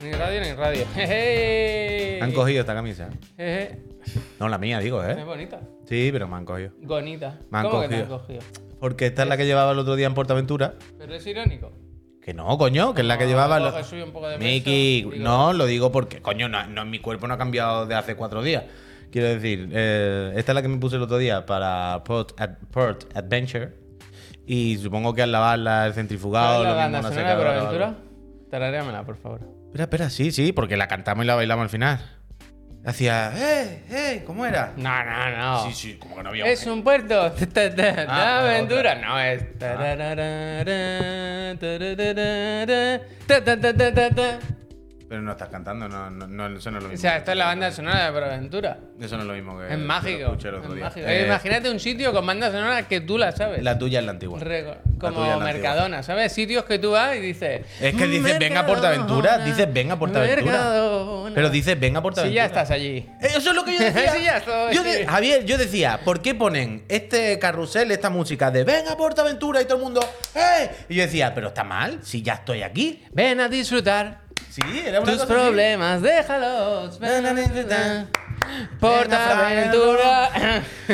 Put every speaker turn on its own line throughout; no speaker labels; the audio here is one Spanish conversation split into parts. Ni radio ni radio. Jeje.
Me han cogido ¿Eh? esta camisa.
Jeje.
No, la mía, digo,
Es
¿eh?
bonita.
Sí, pero me han cogido.
Gonita.
Me han
¿Cómo que te han
cogido.
cogido?
Porque esta es la que llevaba el otro día en Portaventura.
Pero es irónico.
Que no, coño, que es la que
Ah, No,
llevaba.
luego
lo-
sube un poco de peso,
Miki,
digo,
no, lo digo porque, coño, no, no, mi cuerpo no ha cambiado de hace cuatro días. Quiero decir, eh, esta es la que me puse el otro día para Port, Ad- Port Adventure. Y supongo que al lavarla, el centrifugado,
¿Sabes
lo
la banda
mismo, una
sonora de
secadora o
Buenaventura?
algo.
Tararéamela, por favor.
Espera, espera, sí, sí, porque la cantamos y la bailamos al final. Hacía, ¡eh, eh! ¿Cómo era?
No, no, no.
Sí, sí, como que no había.
Es un puerto ta, ta, ta,
Ah,
de
otra. Ah.
aventura. No, es. tararara, tararara, ta, ta, ta, ta, ta, ta.
Pero no estás cantando, no, no, no, eso no es lo mismo.
O sea, esto es la banda sonora de Buenaventura.
Eso no es lo mismo que.
Es mágico.
Escuché el otro
es
día.
mágico.
Eh,
Imagínate un sitio con banda sonora que tú la sabes.
La tuya es la antigua.
Reco-
tuya
Como
es la
Mercadona, ¿sabes? Sitios que tú vas y dices.
Es que dices, venga a Portaventura, dices, venga a Portaventura.
Mercadona.
Pero dices, venga por Eh,
Si ya estás allí.
Eso es lo que yo decía.
Sí, ya estoy.
Yo de- Javier, yo decía, ¿por qué ponen este carrusel, esta música de venga Portaventura y todo el mundo, ¡eh! Y yo decía, pero está mal, si ya estoy aquí.
Ven a disfrutar
Sí, era una
tus
cosa así.
problemas, déjalos. Ven a disfrutar. Portaventura.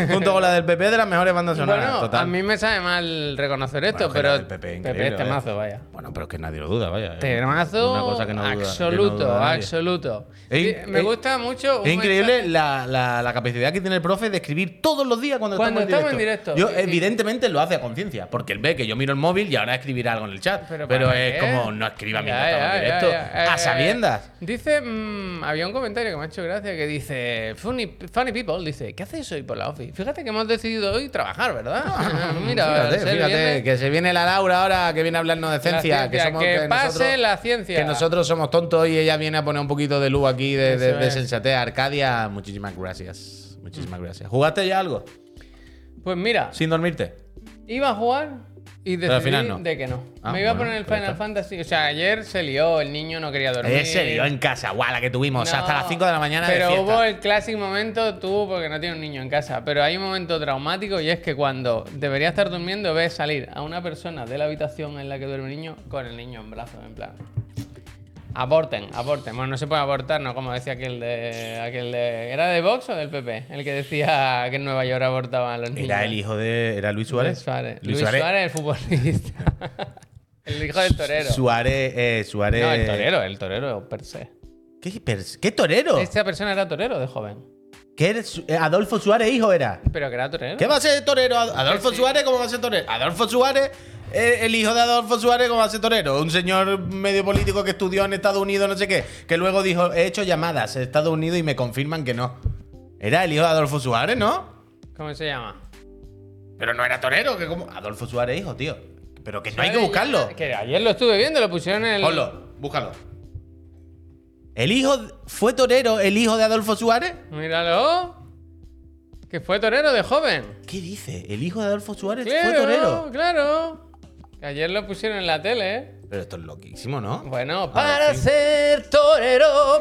Junto con la del PP de las mejores bandas sonoras.
Bueno,
total.
a mí me sabe mal reconocer esto,
Bueno, que la
pero
del PP,
Pepe,
increíble,
es temazo, vaya.
Bueno, pero es que nadie lo duda, vaya. eh.
Temazo
Una cosa que no duda- que no
absoluto,
duda nadie.
absoluto.
Es
Sí,
in-
me
es-
gusta mucho. un
Es increíble
mensaje-
la, la- la capacidad que tiene el profe de escribir todos los días cuando,
Cuando
estamos,
estamos
en directo.
en
Yo,
directo.
evidentemente, lo hace a conciencia, porque él ve que yo miro el móvil y ahora escribirá algo en el chat. Pero,
Pero, ¿para
es
qué?
como, no escriba
Ya,
mientras estamos en
ya, ya,
directo,
ya, ya,
a
ya,
sabiendas.
ya. Dice, mm, había un comentario que me ha hecho gracia que dice, funny, funny people, dice, ¿qué hacéis hoy por la office? Fíjate que hemos decidido hoy trabajar, ¿verdad? Mira, al
fíjate,
ser
fíjate,
viernes,
que se viene la Laura ahora que viene a hablarnos de
la
ciencia. que,
ciencia,
somos,
que
que
pase
nosotros,
la ciencia.
Que nosotros somos tontos y ella viene a poner un poquito de luz aquí de, de,
Eso
de
es.
sensatez. Arcadia, muchísimas gracias. Muchísimas gracias. ¿Jugaste ya algo?
Pues mira,
Sin dormirte.
iba a jugar y decidí
Pero al final no.
de que no.
Ah,
me iba
bueno,
a poner el
pero
Final
está.
Fantasy, o sea, ayer se lió, el niño no quería dormir.
Eh, se lió en casa, guau, la que tuvimos. o sea, hasta
No,
las 5 de la mañana. de
Pero
fiesta.
hubo el clásico momento, tú, porque no tienes un niño en casa, pero hay un momento traumático y es que cuando debería estar durmiendo ves salir a una persona de la habitación en la que duerme el niño con el niño en brazos, en plan. Aborten, aborten. Bueno, no se puede abortar, ¿no? Como decía aquel de, aquel de... ¿Era de Vox o del PP? El que decía que en Nueva York abortaban a los niños.
Era el hijo de. ¿Era Luis Suárez?
Luis Suárez.
Luis
Luis
Suárez.
Suárez, el futbolista. el hijo del torero.
Suárez. eh, Suárez.
No, el torero, el torero per se.
¿Qué, pers- qué torero?
Esta persona era torero de joven.
¿Qué eres su- eh, Adolfo Suárez, hijo, era.
Pero que era ¿eh? torero.
¿Qué va a ser torero? Ad- ¿Adolfo Suárez? ¿Cómo va a ser torero? Adolfo Suárez. eh, El hijo de Adolfo Suárez, ¿cómo va a ser torero? Un señor medio político que estudió en Estados Unidos, no sé qué, que luego dijo, he hecho llamadas a Estados Unidos y me confirman que no. Era el hijo de Adolfo Suárez, ¿no?
¿Cómo se llama?
Pero no era torero, que como... Adolfo Suárez, hijo, tío. Pero que no hay que buscarlo.
Que ayer lo estuve viendo, lo pusieron en el.
Ponlo, búscalo. ¿El hijo fue torero el hijo de Adolfo Suárez?
Míralo. Que fue torero de joven.
¿Qué dice? ¿El hijo de Adolfo Suárez
Claro,
fue torero?
claro. Que ayer lo pusieron en la tele. ¿eh?
Pero esto es loquísimo, ¿no?
Bueno, para ser torero.
Ah,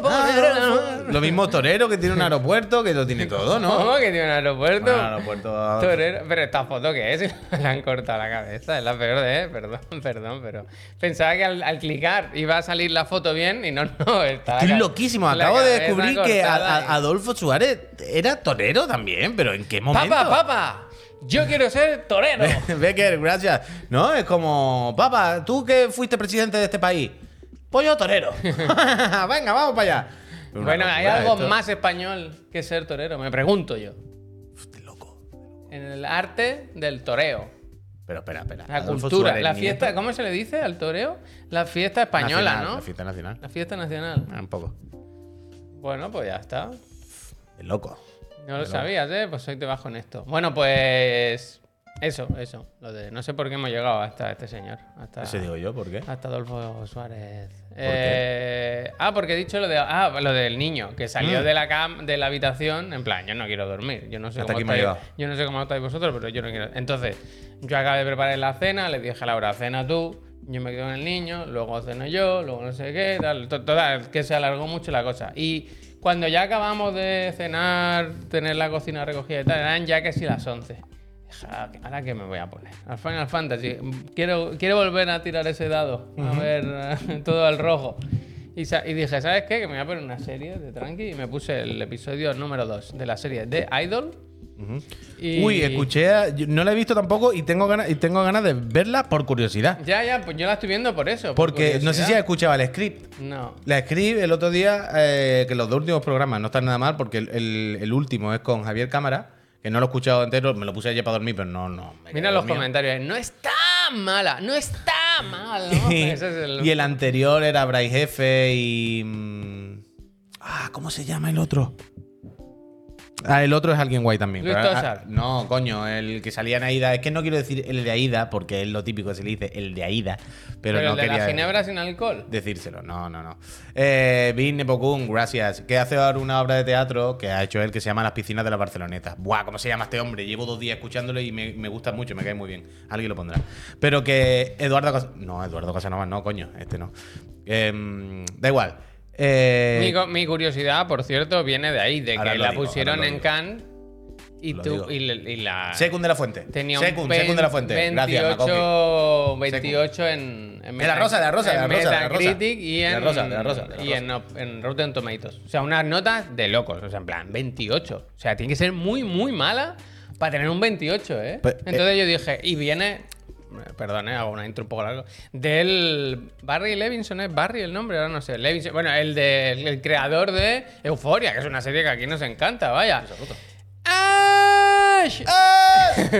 poner-
lo mismo es torero que tiene un aeropuerto, que lo tiene todo, ¿no?
¿Cómo que tiene un aeropuerto?
Bueno, aeropuerto-
Torero. Pero esta foto que es, le han cortado la cabeza. Es la peor de, ¿eh? perdón, perdón, pero. Pensaba que al, al clicar iba a salir la foto bien y no, no. Está la
Estoy
ca-
loquísimo.
la
Acabo de
cabeza
descubrir que a-
cortada
a-
y-
Adolfo Suárez era torero también, pero ¿en qué momento?
¡Papa, papa! Yo quiero ser torero.
Becker, gracias. No, es como, papá, tú que fuiste presidente de este país, pollo torero. Venga, vamos para allá. Pero una
bueno, hay
locura
algo
esto.
más español que ser torero, me pregunto yo.
Uf, loco.
En el arte del toreo.
Pero espera, espera.
La
Adolfo
cultura,
Suárez
la
Nieto.
fiesta, ¿cómo se le dice al toreo? La fiesta española,
Nacional,
¿no?
La fiesta nacional.
La fiesta nacional.
Ah, un poco.
Bueno, pues ya está.
Es loco.
No lo sabías, ¿eh? Pues hoy te bajo en esto. Bueno, pues. Eso, eso. Lo de. No sé por qué hemos llegado hasta este señor. Hasta,
Eso digo yo, ¿por qué?
Hasta Adolfo Suárez.
qué?
Eh, ah, porque he dicho lo de ah, lo del niño que salió
Mm.
de la cam, de la habitación en plan, yo no quiero dormir, yo no sé
Hasta
cómo
aquí me ha
estáis-
llegado.
yo no sé cómo estáis vosotros, pero yo no quiero. Entonces, yo acabé de preparar la cena, le dije a Laura, cena tú, yo me quedo con el niño, luego ceno yo, luego no sé qué, tal, to- total, que se alargó mucho la cosa. Y cuando ya acabamos de cenar, tener la cocina recogida y tal, eran ya casi las 11. Dije, "Ah, ¿Ahora qué me voy a poner? Al Final Fantasy. Quiero, quiero volver a tirar ese dado. A ver, todo al rojo. Y, sa- y dije, ¿sabes qué? Que me voy a poner una serie de Tranqui y me puse el episodio número 2 de la serie de Idol. Y-
Uy, escuché. a- yo no la he visto tampoco y tengo ganas, y tengo ganas de verla por curiosidad.
Ya, ya, pues yo la estoy viendo por eso. por
Porque no sé si has
curiosidad.
escuchado el script.
No.
La escribí el otro día, eh, que los dos últimos programas no están nada mal, porque el, el- el último es con Javier Cámara, que no lo he escuchado entero, me lo puse ayer para dormir, pero no, no.
Mira
me quedé
los
dormido.
comentarios. No está mala, no está mal. ¿no?
y,
Ese es el...
y el anterior era Bray Jefe y. mm, Ah, ¿cómo se llama el otro? Ah, el otro es alguien guay también.
Luis
pero- ah,
Tosar.
no, coño, el que salía en Aida. Es que no quiero decir el de Aida, porque es lo típico que se le dice, el de Aida. Pero,
Pero
no
el de
quería.
la ginebra sin alcohol.
decírselo. No, no, no. Eh, Vin Nepocun, gracias. Que hace ahora una obra de teatro que ha hecho él que se llama Las piscinas de la Barceloneta. Buah, ¿cómo se llama este hombre? Llevo dos días escuchándolo y me, me gusta mucho, me cae muy bien. Alguien lo pondrá. Pero que Eduardo Cas- No, Eduardo Casanova, no, coño, este no. Em, da igual. Eh,
Mi, co- mi curiosidad, por cierto, viene de ahí, de
Ahora
que
lo
la
digo,
pusieron
ahora lo
en
digo.
Cannes y,
Lo
tú,
digo.
y, le- y la...
Secund de la Fuente.
tenía
Secund,
un pen-
Secund de la Fuente. Gracias, Macoque.
28, 28 en, en
De la
Meta-
Rosa, de la Rosa, de la
en
Rosa, de la Rosa.
Metacritic y
De
en
la Rosa, de la Rosa, de la
y
Rosa.
en, op- en Rotten Tomatoes. O sea, unas notas de locos, o sea, en plan 28. O sea, tiene que ser muy muy mala para tener un 28, ¿eh?
Pues,
Entonces yo dije, y viene Perdón, ¿eh? hago una intro un poco largo. Del Barry Levinson, ¿es Barry el nombre? Ahora no sé. Levinson, bueno, el de el creador de Euforia, que es una serie que aquí nos encanta, vaya. ¡Ash!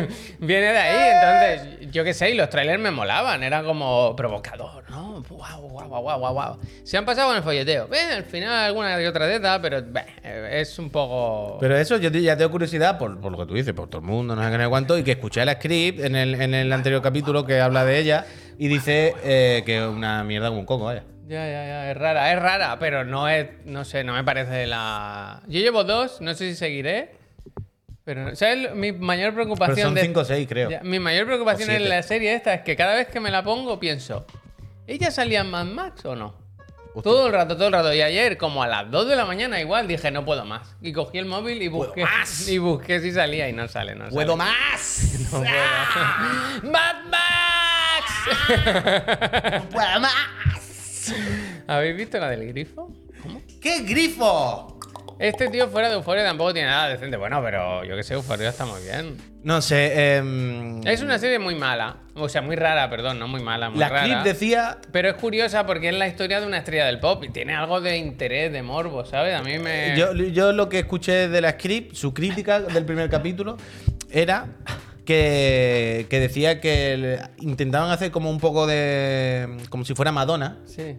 Viene de ahí, entonces, yo qué sé, y los trailers me molaban, era como provocador, ¿no? Guau, guau, guau, guau, guau, guau. Se han pasado con el folleteo. Eh, al final alguna y otra de estas, pero bah, eh, es un poco...
Pero eso, yo te- ya tengo curiosidad por, por lo que tú dices, por todo el mundo, no sé qué, no sé cuánto, y que escuché la script en el, en el anterior capítulo que habla de ella y dice eh, que es una mierda como un coco, vaya.
Ya, ya, ya, es rara, es rara, pero no es, no sé, no me parece la... Yo llevo dos, no sé si seguiré, pero... ¿Sabes? Mi mayor
Pero
preocupación
son
de...
5 o 6, creo.
Ya, mi mayor preocupación
O siete.
en la serie esta es que cada vez que me la pongo pienso, ¿ella salía en Mad Max o no?
Hostia.
Todo el rato, todo el rato. Y ayer, como a las 2 de la mañana, igual dije, no puedo más. Y cogí el móvil y busqué, y busqué si salía y no sale, no sale.
¡Puedo más!
No puedo. ¡Mad Max!
¡Puedo más!
¿Habéis visto la del grifo?
¡Qué grifo!
Este tío fuera de Euforia tampoco tiene nada decente. Bueno, pero yo que sé, Euforia está muy bien.
No sé, em,
Es una serie muy mala. O sea, muy rara, perdón, no muy mala, muy
la
rara.
script decía
Pero es curiosa porque es la historia de una estrella del pop y tiene algo de interés, de morbo, ¿sabes? A mí me.
Eh, Yo, yo lo que escuché de la script, su crítica del primer capítulo, era que, que decía que el- intentaban hacer como un poco de. como si fuera Madonna.
Sí.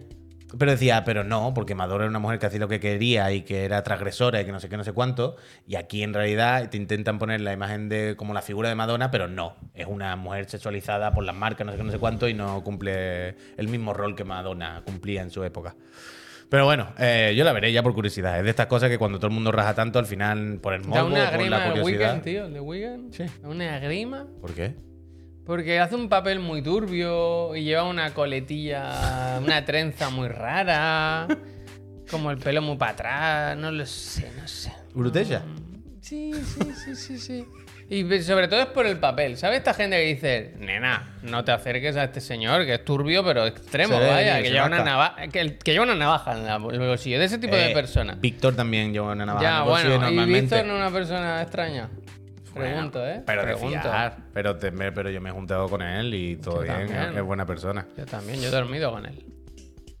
Pero decía, pero no, porque Madonna era una mujer que hacía lo que quería y que era transgresora y que no sé qué, no sé cuánto. Y aquí en realidad te intentan poner la imagen de como la figura de Madonna, pero no. Es una mujer sexualizada por las marcas, no sé qué, no sé cuánto, y no cumple el mismo rol que Madonna cumplía en su época. Pero bueno, eh, yo la veré ya por curiosidad. Es de estas cosas que cuando todo el mundo raja tanto, al final, por el
Da
morbo,
una
por la
grima el
curiosidad.
Weekend, tío, el de Weekend.
Sí.
Da una grima.
¿Por qué?
Porque hace un papel muy turbio y lleva una coletilla, una trenza muy rara. Como el pelo muy para atrás. No lo sé, no sé.
¿Brutella?
Sí, sí, sí, sí, sí. Y pe- sobre todo es por el papel. ¿Sabes esta gente que dice, nena, no te acerques a este señor que es turbio pero extremo,
Se ve
vaya,
venir,
que
se
lleva, una
marca.
navaja, que, el- que lleva una navaja en la bol- el bolsillo, de ese tipo de
Eh,
persona.
Víctor también lleva una navaja. en
Ya,
el bolsillo
bueno, y
normalmente.
Víctor no es una persona extraña.
Bueno,
Pregunto, ¿eh?
Pero, de
Pregunto.
fiar, pero, te- me- pero yo me he juntado con él y todo bien,
también.
es- es buena persona.
Yo también, yo he dormido con él.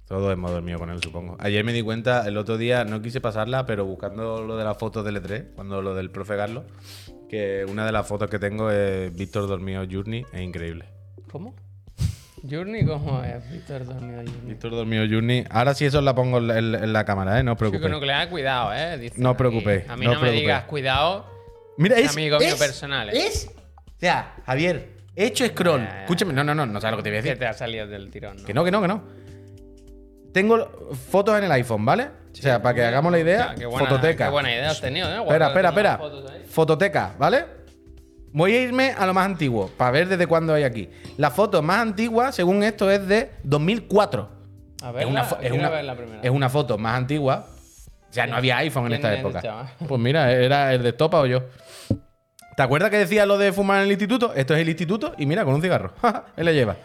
Todo hemos dormido con él, supongo. Ayer me di cuenta, el otro día no quise pasarla, pero buscando lo de las fotos del E3, cuando lo del profe Carlos, que una de las fotos que tengo es Víctor dormido Journey, es increíble.
¿Cómo? ¿Journey cómo es? Víctor dormido Journey.
Víctor dormido Journey, ahora sí eso la pongo en, en- en la cámara, ¿eh? no os preocupéis.
nuclear, cuidado, ¿eh? Dicen
No os
aquí.
preocupéis,
A mí
no
no,
os
me
preocupéis.
digas cuidado.
Mira, es,
amigo mío
es-
personal, ¿eh?
Es, o sea, Javier, he hecho scroll.
Ya, ya, ya.
Escúchame, no, no, no, no sabes lo que te voy a
Que
decir.
te ha salido del tirón, ¿no?
Que no, que no, que no. Tengo fotos en el iPhone, ¿vale? o sea, para que hagamos la idea,
Ah, qué buena,
fototeca.
Qué buena idea has tenido, ¿eh?
Espera,
Guardarte
espera,
unas
espera.
fotos ahí.
Fototeca, ¿vale? Voy a irme a lo más antiguo, para ver desde cuándo hay aquí. La foto más antigua, según esto, es de 2004.
A
es,
verla,
una, fo- es
quiero
una-
ver la primera.
es una foto más antigua. O sea, no había iPhone en
quién
esta
es el
época.
chaval?
Pues mira, era el de Estopa o yo. ¿Te acuerdas que decía lo de fumar en el instituto? Esto es el instituto y mira, con un cigarro. Él la lleva.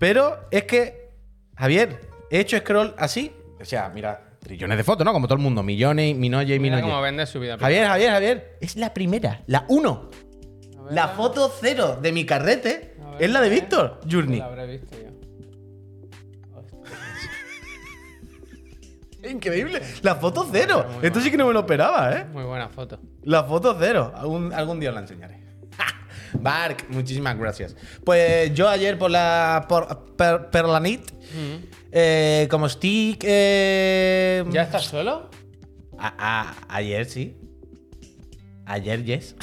Pero es que, Javier, he hecho scroll así O sea, mira, trillones de fotos, ¿no? Como todo el mundo, millones, y minoye y
Mira cómo
minoye.
vende su vida.
Javier, Javier, Javier. Es la primera, la uno.
A ver,
La foto cero de mi carrete
a ver,
es la de
¿eh?
Víctor Journey.
La habré visto yo. Hostia.
Increíble. La foto cero.
Muy
Esto
buena.
sí que no me lo esperaba, ¿eh?
Muy buena foto.
La foto cero. Algún, algún día os la enseñaré. Bark, muchísimas gracias. Pues yo ayer por la por, per- Perlanit,
Mm.
eh, como stick... eh,
¿Ya estás solo?
a- a- ayer sí. Ayer yes.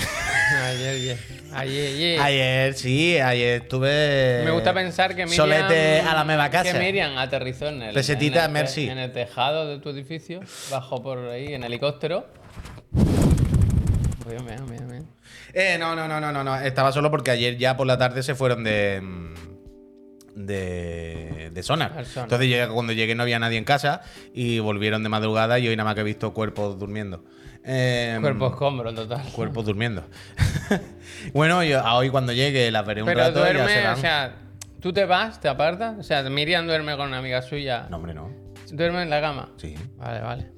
Ayer, ayer. Ayer, ayer.
Ayer sí, ayer estuve...
Me gusta pensar que Miriam.
eh, Solete a la meva casa.
Que Miriam aterrizó en el.
Pesetita,
en el te-
merci.
En el tejado de tu edificio. Bajó por ahí en helicóptero. Pues Dios mío, mira, mira.
Eh, no, no, no, no, no, no. Estaba solo porque ayer ya por la tarde se fueron de. de. de sonar.
Al Sonar.
Entonces llegué- cuando llegué no había nadie en casa y volvieron de madrugada y hoy nada más que he visto cuerpos durmiendo. Eh,
Cuerpo escombro, total.
Cuerpos durmiendo. bueno, yo a hoy cuando llegue las veré un
Pero
rato y ya se
duerme,
van.
o sea, tú te vas, te apartas. O sea, Miriam duerme con una amiga suya.
No, hombre, no.
Duerme en la cama.
Sí.
Vale, vale.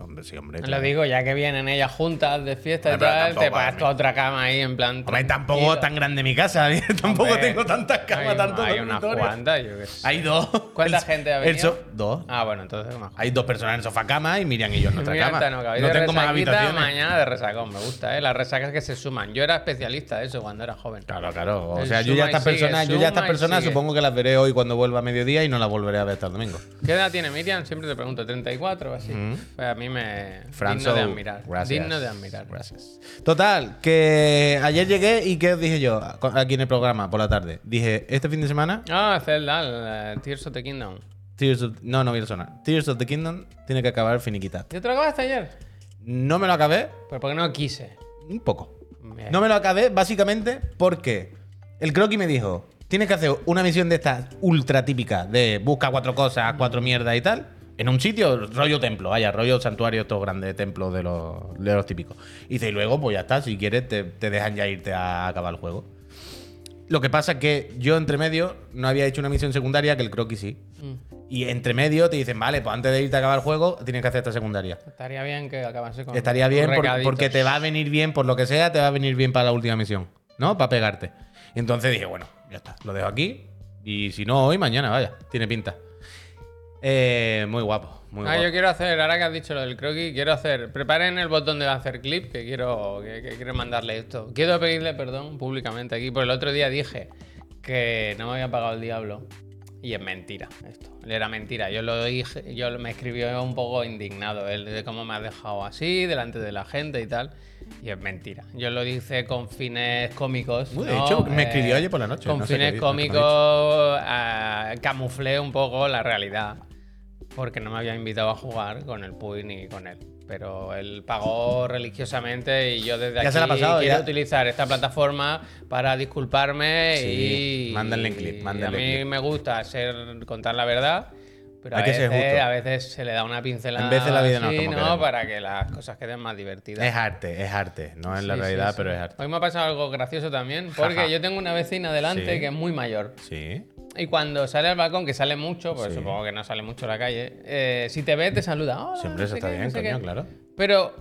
Hombre, sí, hombre.
Lo
claro.
digo, ya que vienen ellas juntas de fiesta y
Hombre,
tal, te
tampoco,
pasas
hombre.
otra cama ahí en plan.
Hombre, tampoco
tranquilo.
es tan grande mi casa. tampoco
Hombre,
tengo tantas camas,
hay-
tantos
Hay unas
dormitorios.
cuantas, yo qué sé.
Hay dos.
¿Cuánta
El-
gente ha
el
venido?
so- dos.
Ah, bueno, entonces una
Hay dos personas en el sofá cama y Miriam y yo en nuestra
Mira,
cama.
esta no, cabe.
No
De
tengo más
resaquita,
habitaciones.
mañana de resacón, me gusta, ¿eh? Las resacas que se suman. Yo era especialista de eso cuando era joven.
Claro, claro. O
El
sea, yo
suma
ya
y
estas
sigue,
personas, yo ya estas
suma y
personas
sigue.
supongo que las veré hoy cuando vuelva a mediodía y no las volveré a ver hasta el domingo.
¿Qué edad tiene Miriam? Siempre te pregunto, 34 o así. Pues a mí me.
Franzo,
digno de admirar.
gracias.
Digno de admirar.
Gracias. Total, que ayer llegué y ¿qué os dije yo aquí en el programa por la tarde? Dije, este fin de semana,
Ah, Zelda, el, eh, Tears of the Kingdom.
Tears of... No, no voy a sonar. Tears of the Kingdom tiene que acabar finiquitad.
¿Yo te lo acabaste ayer?
No me lo acabé,
Pero porque no quise.
un poco.
Me-
No me lo acabé, básicamente, porque el croquis me dijo: tienes que hacer una misión de estas ultra típica, de busca cuatro cosas, cuatro mierdas y tal, en un sitio, rollo templo, vaya, rollo santuario, estos grandes templos de los, de los típicos. Y dice: y luego, pues ya está, si quieres, te, te dejan ya irte a acabar el juego. Lo que pasa es que yo, entre medio, no había hecho una misión secundaria que el croquis sí. Y entre medio te dicen, vale, pues antes de irte a acabar el juego, tienes que hacer esta secundaria.
Estaría bien que acabase con.
Estaría bien
un
por-
recadito.
porque te va a venir bien, por lo que sea, te va a venir bien para la última misión, ¿no? Para pegarte. Entonces dije, bueno, ya está, lo dejo aquí. Y si no, hoy, mañana, vaya, tiene pinta. Eh, muy guapo, muy
Ah,
guapo.
yo quiero hacer, ahora que has dicho lo del croquis, quiero hacer. Preparen el botón de hacer clip, que quiero, que, que quiero mandarle esto. Quiero pedirle perdón públicamente aquí, por el otro día dije que no me había pagado el diablo. Y es mentira esto. Era mentira. Yo lo dije, yo lo- me escribió un poco indignado él de cómo me has dejado así, delante de la gente y tal. Y es mentira. Yo lo hice con fines cómicos.
Uy, de
¿no? Eh,
hecho, me escribió ayer por la noche,
Con
no sé qué
fines
di- lo que me ha
cómicos
dicho.
ah, camuflé un poco la realidad porque no me había invitado a jugar con el Puy ni con él. Pero él pagó religiosamente y yo desde
Ya
aquí
se la ha pasado,
quiero
ya.
utilizar esta plataforma para disculparme
Sí,
y...
mándenle el clip, mándenle
y A
el
mí
clip.
me gusta ser, contar la verdad, pero a
Hay que ser
veces,
justo.
a veces se le da una pincelada
En veces la vida no es
así,
como
¿no?
queremos.
para que las cosas queden más divertidas.
Es arte, es arte. No es la
Sí, sí,
realidad,
sí.
pero es arte.
Hoy me ha pasado algo gracioso también, porque yo tengo una vecina delante
Sí.
que es muy mayor.
Sí.
Y cuando sale al balcón, que sale mucho, pues supongo que no sale mucho a la calle, eh, si te ve, te saluda. Hola,
Siempre
no
eso
sé
está
qué,
bien,
no sé
coño,
qué.
claro.
Pero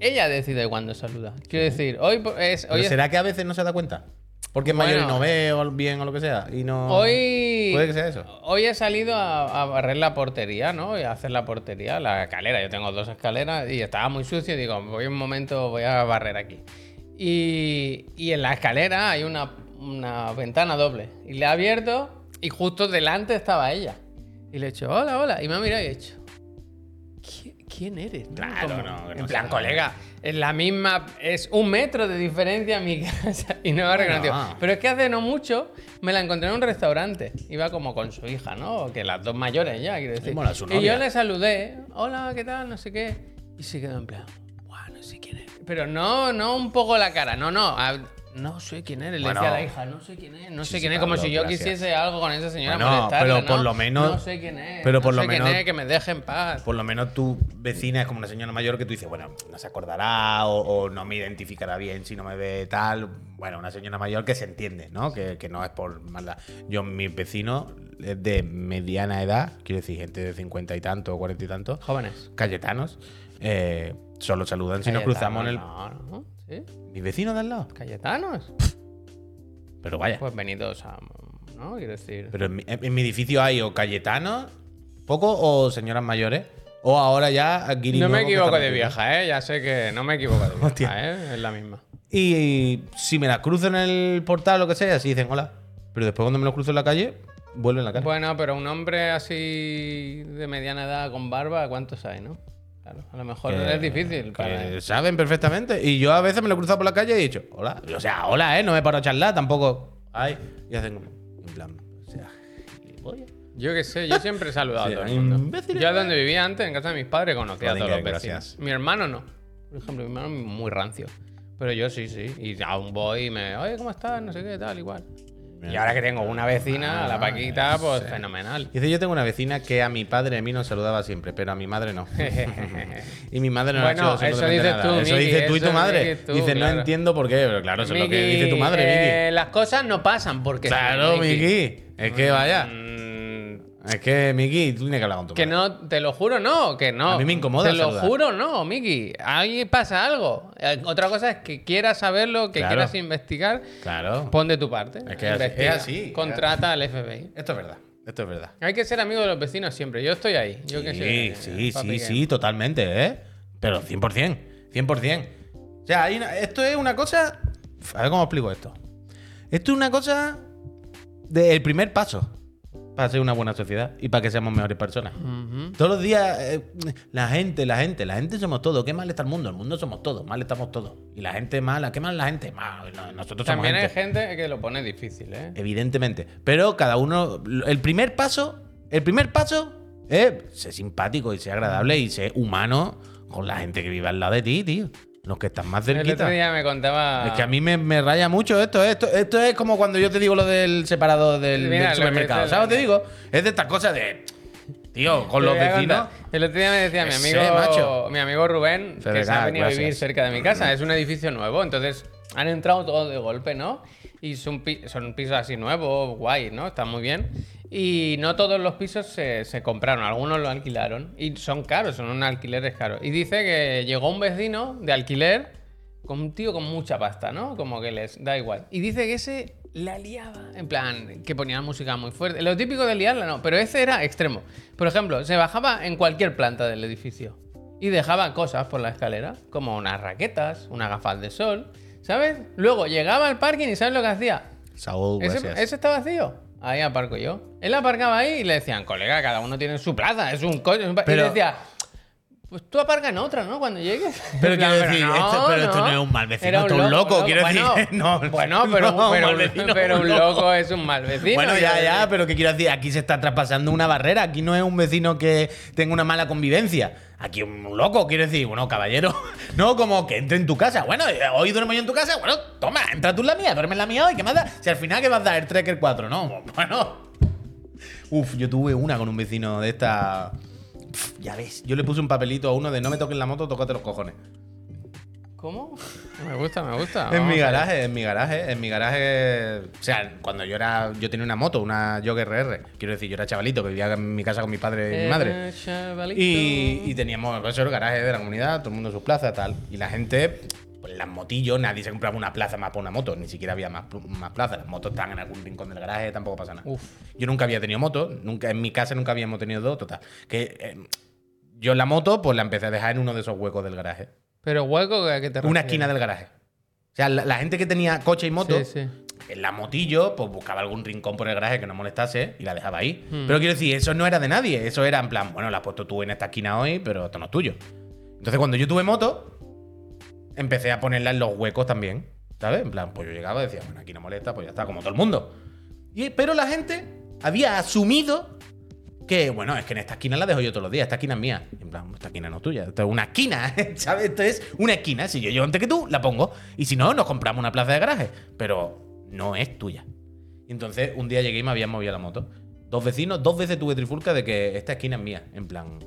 ella decide cuándo saluda. Quiero decir, hoy po- es. Hoy,
Pero
es-
¿Será que a veces no se da cuenta? Porque es mayor y
Bueno.
no ve o bien o lo que sea. Y no.
hoy,
Puede que sea eso.
hoy he salido a, a barrer la portería, ¿no? Y a hacer la portería, la escalera. Yo tengo dos escaleras y estaba muy sucio y digo, voy un momento, voy a barrer aquí. Y, y en la escalera hay una, una ventana doble. Y la he abierto y justo delante estaba ella. Y le he dicho, hola, hola. Y me ha mirado y he dicho, "¿Qui- ¿quién eres? no?
Claro,
Como-
no, que no
En plan,
sea-
colega, es la misma, es un metro de diferencia a mi casa y no me ha reconocido.
Bueno.
Pero es que hace no mucho me la encontré en un restaurante. Iba como con su hija, ¿no? Que las dos mayores ya, quiero decir.
mola, su
y
novia.
yo le saludé, hola, ¿qué tal? No sé qué. Y se quedó en plan, "Buah, no sé quién es. Pero no, no un poco la cara, no, no. a- no sé quién eres, le
Bueno.
decía a la hija, no sé quién es, no sé
sí,
quién es, como
Pablo,
si yo
gracias.
quisiese algo con esa señora.
Bueno,
molestarla,
pero por
¿no?
lo menos-
No sé quién es,
pero por
no
lo
sé quién
menos-
es, que me deje en paz.
por lo menos tu vecina es como una señora mayor que tú dices, bueno, no se acordará o, o no me identificará bien si no me ve tal. Bueno, una señora mayor que se entiende, ¿no? Que, que no es por maldad. Yo, mis vecinos, es de mediana edad, quiero decir, gente de 50 y tanto o 40 y tanto,
Jóvenes.
cayetanos, eh, solo saludan si
Cayetanos,
nos cruzamos en el.
No, no, sí.
Mi vecino de al lado.
Cayetanos.
Pero vaya.
Pues venidos a. ¿No? Quiero decir.
Pero en mi, en mi edificio hay o cayetanos, poco, o señoras mayores. O ahora ya
No
guirinuevos
me
que
equivoco
están
de
metidos.
vieja, ¿eh? Ya sé que no me equivoco de vieja,
Hostia.
¿eh? Es la misma.
Y si me las cruzo en el portal o lo que sea, así dicen hola. Pero después cuando me los cruzo en la calle, vuelven la cara.
Bueno, pero un hombre así de mediana edad con barba, ¿cuántos hay, no? Claro, a lo mejor
Que-
pues es difícil.
que
Para él.
saben perfectamente. Y yo a veces me lo he cruzado por la calle y he dicho, hola. O sea, hola, ¿eh? No me paro a charlar tampoco. Ay. Y hacen como, en plan, o sea, gilipollas.
Yo qué sé, yo siempre he saludado a
Sí,
todo el mundo.
imbéciles.
Yo donde vivía antes, en casa de mis padres, conocía
Joder,
a todos
que
los vecinos.
gracias.
Mi hermano no. Por ejemplo, mi hermano es muy rancio. Pero yo sí, sí. Y aún voy y me, oye, ¿cómo estás? No sé qué, tal, igual. Y ahora que tengo una vecina,
Ah,
a la Paquita, pues fenomenal.
Dice, yo tengo una vecina que a mi padre a mí nos saludaba siempre, pero a mi madre no. y mi madre no le ha
Bueno,
hecho
eso
absolutamente
dices
nada.
tú,
Eso
Miki,
dices tú y
eso
tu madre.
dices tú,
dice,
claro.
no entiendo por qué, pero claro, eso es lo que
Miki,
dice tu madre, Miki.
eh, Las cosas no pasan porque.
Claro,
sí,
Miki. Es que vaya.
Mm,
Es que, Miki, tú tienes que hablar con tu
Que
madre.
no, te lo juro, no, que no.
A mí me incomoda
Te lo
saludar.
juro, no, Miki. Ahí pasa algo. Eh, Otra cosa es que quieras saberlo, que
Claro.
quieras investigar,
Claro.
pon de tu parte.
Es que es así,
Investiga.
es así, es
Contrata al FBI.
Esto es verdad. Esto es verdad.
Hay que ser amigo de los vecinos siempre. Yo estoy ahí. Yo que
Sí,
sé, Eh,
sí,
papi, que-
sí, sí, totalmente, ¿eh? Pero 100%. 100%. O sea, hay una- esto es una cosa. A ver cómo explico esto. Esto es una cosa del primer paso para ser una buena sociedad y para que seamos mejores personas.
Ujú.
Todos los días, eh, la gente, la gente, la gente somos todos. Qué mal está el mundo. El mundo somos todos. Mal estamos todos. Y la gente mala. Qué mal la gente. Mal. No, Nosotros somos
También hay
gente.
gente que lo pone difícil, ¿eh?
Evidentemente. Pero cada uno. El primer paso. El primer paso es ser simpático y ser agradable y ser humano con la gente que vive al lado de ti, tío. Los que están más
El otro
cerquita.
día me contaba.
Es que a mí me, me raya mucho esto, eh. esto. Esto es como cuando yo te digo lo del separado del,
Mira,
del
lo que
supermercado.
dice
¿Sabes lo que te
la-
digo? Es de estas cosas de. Tío, con
Te
los
voy a
vecinos.
contar. El otro día me decía mi
Ese,
amigo,
macho.
mi amigo Rubén, que se
Federal,
ha venido a vivir
gracias. Mm.
cerca de mi casa. Es un edificio nuevo, entonces han entrado todos de golpe, ¿no? Y son, pi- son pisos así nuevos, guay, ¿no? Está muy bien. Y no todos los pisos se, se compraron, algunos los alquilaron. Y son caros, son unos alquileres caros. Y dice que llegó un vecino de alquiler con un tío con mucha pasta, ¿no? Como que les da igual. Y dice que ese la liaba, en plan, que ponía música muy fuerte. Lo típico de liarla, no, pero ese era extremo. Por ejemplo, se bajaba en cualquier planta del edificio y dejaba cosas por la escalera, como unas raquetas, unas gafas de sol, ¿sabes? Luego llegaba al parking y ¿sabes lo que hacía?
Saúl,
Ese,
gracias.
ese está vacío. Ahí aparco yo. Él aparcaba ahí y le decían, colega, cada uno tiene su plaza, es un coche. es un pa-". Y
Pero-
le decía, pues tú aparca en otra, ¿no? Cuando llegues.
Pero
En plan,
quiero decir, esto- pero esto no es un mal vecino,
Era
esto es un loco, quiero
bueno,
decir, no,
bueno, pero,
no, un
pero,
mal vecino,
pero un
un loco.
loco es un mal vecino.
Bueno,
quiero
ya, ya,
decir.
pero ¿qué quiero decir? Aquí se está traspasando una barrera. Aquí no es un vecino que tenga una mala convivencia. Aquí un loco, quiero decir, bueno, caballero. No, como que entre en tu casa. Bueno, eh, hoy duermo yo en tu casa. Bueno, toma, entra tú en la mía, duerme en la mía hoy. ¿Qué más da? Si al final que vas a dar el 3 que el 4, ¿no? Bueno. Uf, yo tuve una con un vecino de esta. Pf, Ya ves, yo le puse un papelito a uno de no me toques la moto, tócate los cojones.
¿Cómo? Me gusta, me gusta.
En
Vamos
mi
a ver.
garaje, en mi garaje, en mi garaje. O sea, cuando yo era. Yo tenía una moto, una Jogger RR. Quiero decir, yo era chavalito que vivía en mi casa con mi padre y mi madre.
Eh, chavalito.
Y, y teníamos pues, eso, el garaje de la comunidad, todo el mundo sus plazas, tal. Y la gente, pues las motillos, nadie se compraba una plaza más para una moto, ni siquiera había más, pl- más plazas. Las motos estaban en algún rincón del garaje, tampoco pasa nada.
Uf.
Yo nunca había tenido moto, nunca, en mi casa nunca habíamos tenido dos, total. Que eh, yo la moto, pues la empecé a dejar en uno de esos huecos del garaje.
Pero hueco que que te
Una esquina del garaje. O sea, la, la gente que tenía coche y moto,
Sí, sí.
en la motillo, pues buscaba algún rincón por el garaje que no molestase y la dejaba ahí.
Hmm.
Pero quiero decir, eso no era de nadie. Eso era en plan, bueno, la has puesto tú en esta esquina hoy, pero esto no es tuyo. Entonces, cuando yo tuve moto, empecé a ponerla en los huecos también. ¿Sabes? En plan, pues yo llegaba y decía, bueno, aquí no molesta, pues ya está, como todo el mundo. Y, pero la gente había asumido que, bueno, es que en esta esquina la dejo yo todos los días, esta esquina es mía. Y en plan, esta esquina no es tuya, esto es una esquina, ¿sabes? Esto es una esquina. Si yo llego antes que tú, la pongo. Y si no, nos compramos una plaza de garaje. Pero no es tuya. Y entonces un día llegué y me habían movido la moto. Dos vecinos, dos veces tuve trifulca de que esta esquina es mía. En plan,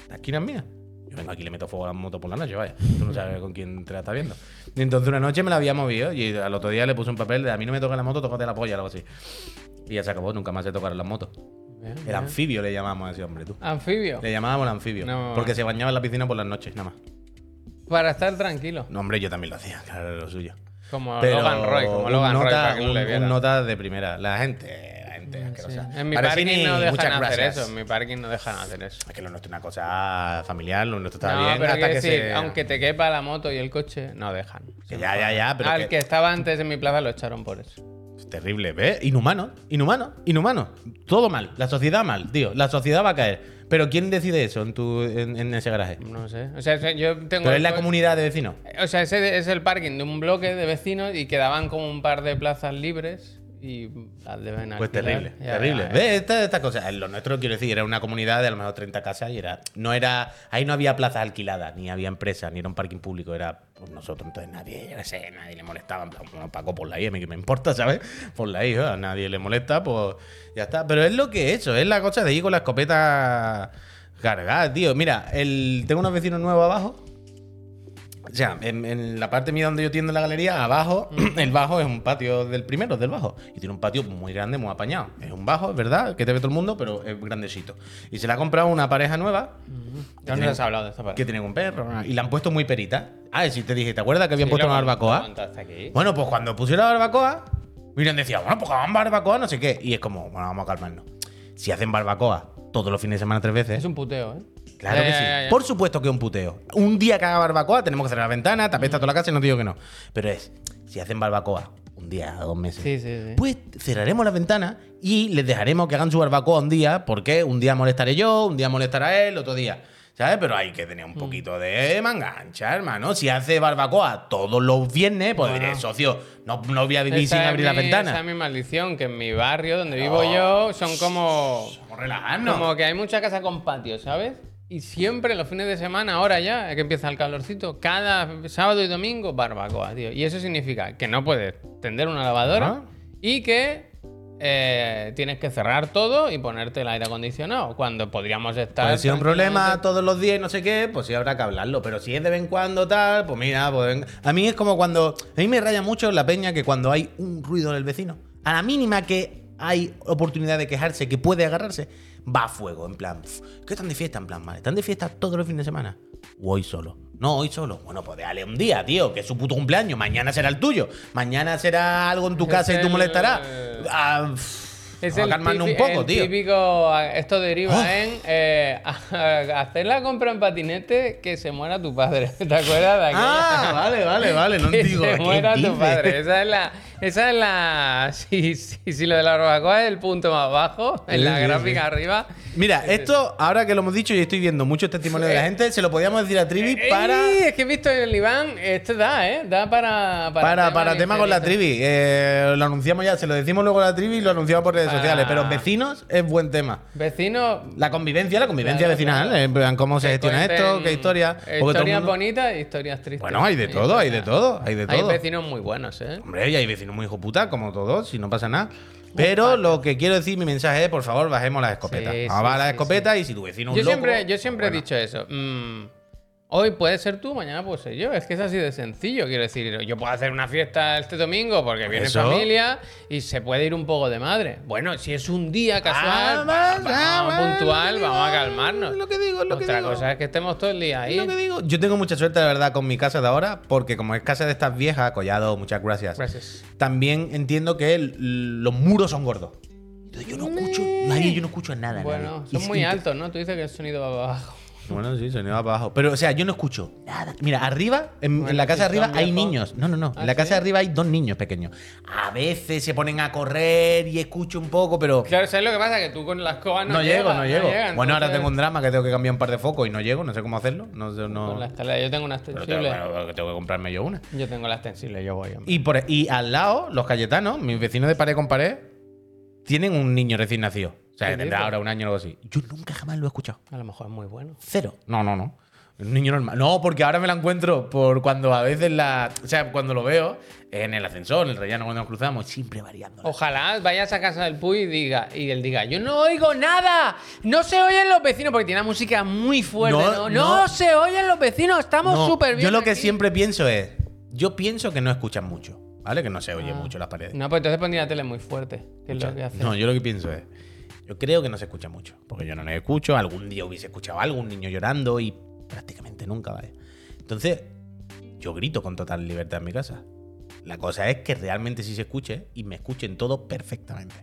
esta esquina es mía. Yo vengo aquí y le meto fuego a la moto por la noche, vaya. Tú no sabes con quién te la estás viendo. Y entonces una noche me la había movido y al otro día le puse un papel de a mí no me toca la moto, tócate la polla, algo así. Y ya se acabó, nunca más se tocaron las motos.
Bien,
El
bien.
anfibio le llamamos a ese hombre, tú.
Anfibio.
Le llamábamos el anfibio.
No.
Porque se bañaba en la piscina por las noches, nada más.
Para estar tranquilo.
No, hombre, yo también lo hacía, claro, era lo suyo.
Como
Pero
Logan Roy, como
un
Logan Roy,
nota-
para que no le
un-
viera.
un nota de primera. La gente, la gente asquerosa.
Sí. En mi
Parecini,
parking no
muchas
dejan hacer
gracias.
eso. En mi parking no dejan hacer eso.
Es que lo nuestro es una cosa familiar, lo nuestro está
No,
bien.
pero
hasta
quiero
que
decir,
se...
aunque te quepa la moto y el coche, no dejan.
Que ya, ya, ya, pero
Al
que-
que estaba antes en mi plaza lo echaron por eso.
Es terrible, ¿ves? Inhumano, inhumano, inhumano. Todo mal. La sociedad mal, tío. La sociedad va a caer. Pero ¿quién decide eso en, tu, en, en ese garaje?
No sé. O sea, yo tengo.
Pero es la
co-
comunidad de vecinos.
O sea, ese es el parking de un bloque de vecinos y quedaban como un par de plazas libres y las deben alquilar.
Pues terrible,
Ya,
terrible.
ya, ya.
¿Ves? Esta- estas cosas. En Lo nuestro, quiero decir, era una comunidad de a lo mejor 30 casas y era. No era. Ahí no había plazas alquiladas, ni había empresas, ni era un parking público. Era por nosotros. Entonces nadie, yo qué sé, nadie le molestaba. En plan, bueno, Paco, por la I, a mí que me importa, ¿sabes? Por la I, a nadie le molesta, pues ya está. Pero es lo que he hecho, es la cosa de ir con la escopeta cargada, tío. Mira, el, tengo unos vecinos nuevos abajo. O sea, en, en la parte mía donde yo tiendo la galería, abajo, el bajo es un patio del primero, del bajo. Y tiene un patio muy grande, muy apañado. Es un bajo, es verdad, que te ve todo el mundo, pero es grandecito. Y se la ha comprado una pareja nueva
Ya nos has hablado de esta parte.
que tiene un perro. Y la han puesto muy perita. Ah, si te dije, ¿te acuerdas que habían
Sí,
puesto
lo
una
con- lo
barbacoa?
contaste aquí.
Bueno, pues cuando pusieron la barbacoa, Miriam decía, bueno, pues hagan barbacoa, no sé qué. Y es como, bueno, vamos a calmarnos. Si hacen barbacoa todos los fines de semana tres veces,
Es un puteo, ¿eh?
Claro
Ya,
que
ya,
sí.
ya, ya.
Por supuesto que es un puteo. Un día que haga barbacoa tenemos que cerrar la ventana, te apesta toda la casa y no te digo que no. Pero es, si hacen barbacoa un día a dos meses,
Sí, sí, sí.
pues cerraremos las ventanas y les dejaremos que hagan su barbacoa un día, porque un día molestaré yo, un día molestará él, otro día. ¿Sabes? Pero hay que
Mm.
tener un poquito de manga ancha, hermano. Si hace barbacoa todos los viernes, pues diré, socio, no, no voy a vivir
Esa
sin
es
abrir la
mi- Esa
ventana.
es mi maldición, que en mi barrio donde vivo yo son como.
Vamos a relajarnos.
Como que hay mucha casa con patio, ¿sabes? Y siempre los fines de semana, ahora ya, que empieza el calorcito, cada sábado y domingo, barbacoa, tío. Y eso significa que no puedes tender una lavadora
Ajá.
y que eh, tienes que cerrar todo y ponerte el aire acondicionado. Cuando podríamos estar.
Pues si es un
tranquilamente-
problema todos los días, y no sé qué, pues sí habrá que hablarlo. Pero si es de vez en cuando tal, pues mira, pues venga. a mí es como cuando. A mí me raya mucho la peña que cuando hay un ruido del vecino, a la mínima que hay oportunidad de quejarse, que puede agarrarse, va a fuego. En plan, "Pf, ¿qué están de fiesta? En plan, mal, ¿están de fiesta todos los fines de semana? ¿O hoy solo? No, hoy solo. Bueno, pues déjale un día, tío, que es su puto cumpleaños. Mañana será el tuyo. Mañana será algo en tu
Es
casa y tú
el- eh,
molestarás. Ah, pf,
Es
vamos a
el
calmarnos un
típico-
poco,
el
tío.
típico, esto deriva
Oh.
en eh, hacer la compra en patinete que se muera tu padre. ¿Te acuerdas de aquella?
Ah, vale, vale, vale. No
que
digo.
se
¿qué
muera tu
dices?
padre. Esa es la. Esa es la. Si sí, sí, lo de la barbacoa es el punto más bajo, en la
Sí, sí,
gráfica
sí.
arriba.
Mira, esto, ahora que lo hemos dicho y estoy viendo muchos testimonios
Eh,
de la gente, se lo podíamos decir a Trivi para,
Ey, es que he visto el Iván, esto da, ¿eh? Da para.
para, para tema con la
infinito.
Trivi. Eh, lo anunciamos ya, se lo decimos luego a la Trivi y lo anunciamos por redes
Para-
sociales. Pero vecinos es buen tema.
Vecino.
La convivencia, la convivencia
Claro,
vecinal,
claro.
en plan, cómo se
que
gestiona esto,
cuenten
qué historia. porque todo el
Historias
mundo-
bonitas y historias tristes.
Bueno, hay de todo, hay de todo, hay de
Hay
todo.
vecinos muy buenos, ¿eh?
Hombre, y hay vecinos muy hijoputa, como todos, si no pasa nada. Pero lo que quiero decir, mi mensaje es, por favor, bajemos las escopetas.
Sí,
Vamos a
sí,
bajar las
sí,
escopetas y si tu vecino es un
Yo
loco,
siempre, yo siempre
bueno.
he dicho eso. Mm, hoy puedes ser tú, mañana puedo ser yo. Es que es así de sencillo, quiero decir. Yo puedo hacer una fiesta este domingo porque viene
Eso.
familia y se puede ir un poco de madre. Bueno, si es un día casual,
Ah, vas,
va-
ah,
vamos
vas,
puntual,
lo que digo,
vamos a calmarnos.
lo que digo, lo que
Otra
digo.
cosa es que estemos todo el día ahí.
Lo que digo, yo tengo mucha suerte, la verdad, con mi casa de ahora, porque como es casa de estas viejas, Collado, muchas gracias.
Gracias.
También entiendo que el- los muros son gordos. Entonces yo no escucho, nadie, yo no escucho nada.
Mm. Bueno,
nadie.
son
Y-
muy
y-
altos, ¿no? Tú dices que el sonido va para abajo.
Bueno, sí, se me va para abajo. Pero, o sea, yo no escucho nada. Mira, arriba, en, en
Bueno,
la
si
casa de arriba
son
hay
viejos.
niños. No, no, no.
¿Ah,
en la casa
sí?
de arriba hay dos niños pequeños. A veces se ponen a correr y escucho un poco, pero.
Claro, ¿sabes lo que pasa? Que tú con las escoba no
No, llego,
llegas,
no llego.
llegas,
bueno, ahora
entonces-
tengo un drama que tengo que cambiar un par de focos y no llego, no sé cómo hacerlo. No, sé, no...
Con la escalera, yo tengo una
Pero
extensible.
tengo, claro, que tengo que comprarme yo una.
Yo tengo la extensible, yo voy. hombre.
Y, por, e, y al lado, los Cayetanos, mis vecinos de pared con pared, tienen un niño recién nacido. O sea,
¿Qué
que tendrá
dices?
ahora un año o algo así. Yo nunca jamás lo he escuchado.
A lo mejor es muy bueno.
Cero. No, no, no. Un niño normal. No, porque ahora me la encuentro por cuando a veces la. O sea, cuando lo veo en el ascensor, en el rellano, cuando nos cruzamos, siempre variando.
Ojalá vayas a casa del Puy y diga, y él diga, yo no oigo nada, no se oyen los vecinos, porque tiene la música muy fuerte, no,
No,
no,
no.
se oyen los vecinos, estamos
No,
súper bien.
Yo lo que
aquí".
siempre pienso es. Yo pienso que no escuchan mucho. ¿vale? Que no se oye
Ah.
mucho las paredes.
No, pues entonces pondría la tele muy fuerte, que es lo que hace.
No, yo lo que pienso es. Yo creo que no se escucha mucho, porque yo no lo escucho. Algún día hubiese escuchado algo, un niño llorando y prácticamente nunca, ¿vale? Entonces, yo grito con total libertad en mi casa. La cosa es que realmente sí se escuche y me escuchen todo perfectamente.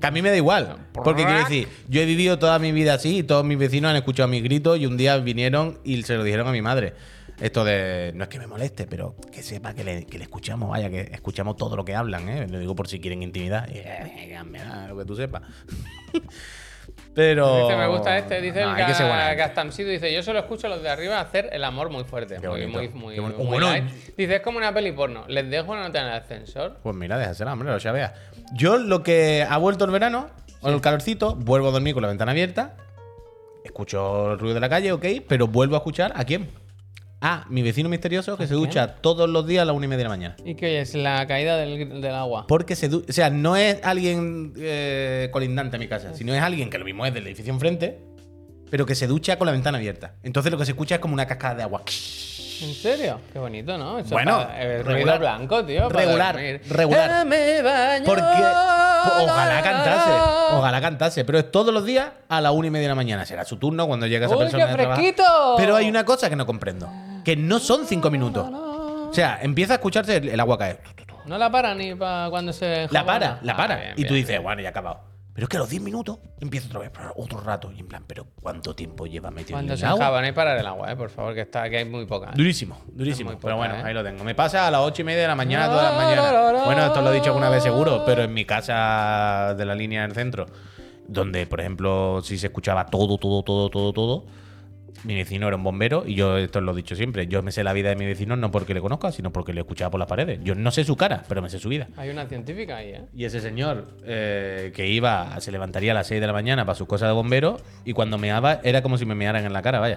Que a mí me da igual, porque quiero decir, yo he vivido toda mi vida así y todos mis vecinos han escuchado mis gritos y un día vinieron y se lo dijeron a mi madre. Esto de, no es que me moleste, pero que sepa que le, que le escuchamos, vaya, que escuchamos todo lo que hablan, ¿eh? Lo digo por si quieren intimidad. Eh, me da lo que tú sepas. pero...
Dice, me gusta este, dice
No,
el
hay que ser buena
Ga-
gente.
Gastamsido, dice, yo solo escucho a los de arriba hacer el amor muy fuerte,
Qué
muy,
bonito,
muy, muy,
qué bueno.
muy
Bueno,
light. Dice, es como una peli porno, les dejo una nota en el ascensor.
Pues mira, déjasela, hombre, ya veas. Yo lo que ha vuelto el verano, con el calorcito, vuelvo a dormir con la ventana abierta, escucho el ruido de la calle, ok, pero vuelvo a escuchar a quién. A mi vecino misterioso que se
quién?
ducha todos los días a las una y media de la mañana.
Y que oye, es la caída del, del agua.
Porque se du- O sea, no es alguien eh, colindante a mi casa, sino es alguien que lo mismo es del edificio enfrente, pero que se ducha con la ventana abierta. Entonces lo que se escucha es como una cascada de agua.
¿En serio? Qué bonito, ¿no? Eso
Bueno,
para- eh, ruido
regular.
blanco, tío. para
Regular,
dormir.
regular.
Ya me baño,
Porque po- ojalá cantase, ojalá cantase, pero es todos los días a la una y media de la mañana. Será su turno cuando llegue esa
¡Uy,
persona.
qué
de trabajar.
fresquito!
Pero hay una cosa que no comprendo, que no son cinco minutos. O sea, empieza a escucharse el, el agua caer.
No la para ni para cuando se.
La
jabona.
para, la
Ah,
para.
bien,
y tú
bien.
dices, bueno, ya ha acabado. Pero es que a los 10 minutos empieza otra vez, pero otro rato. Y en plan, pero ¿cuánto tiempo lleva metido en
Cuando
el
se
agua?
enjabona y parar el agua, eh, por favor, que está que hay muy poca. ¿eh?
Durísimo, durísimo.
Es muy
pero
poca,
bueno,
¿eh?
ahí lo tengo. Me pasa a las ocho y media de la mañana, todas las mañanas. Bueno, esto lo he dicho alguna vez seguro, pero en mi casa de la línea del centro, donde, por ejemplo, si se escuchaba todo, todo, todo, todo, todo. Mi vecino era un bombero y yo esto lo he dicho siempre. Yo me sé la vida de mi vecino no porque le conozca, sino porque le escuchaba por las paredes. Yo no sé su cara, pero me sé su vida.
Hay una científica ahí, ¿eh?
Y ese señor eh, que iba, se levantaría a las 6 de la mañana para sus cosas de bombero y cuando meaba era como si me mearan en la cara, vaya.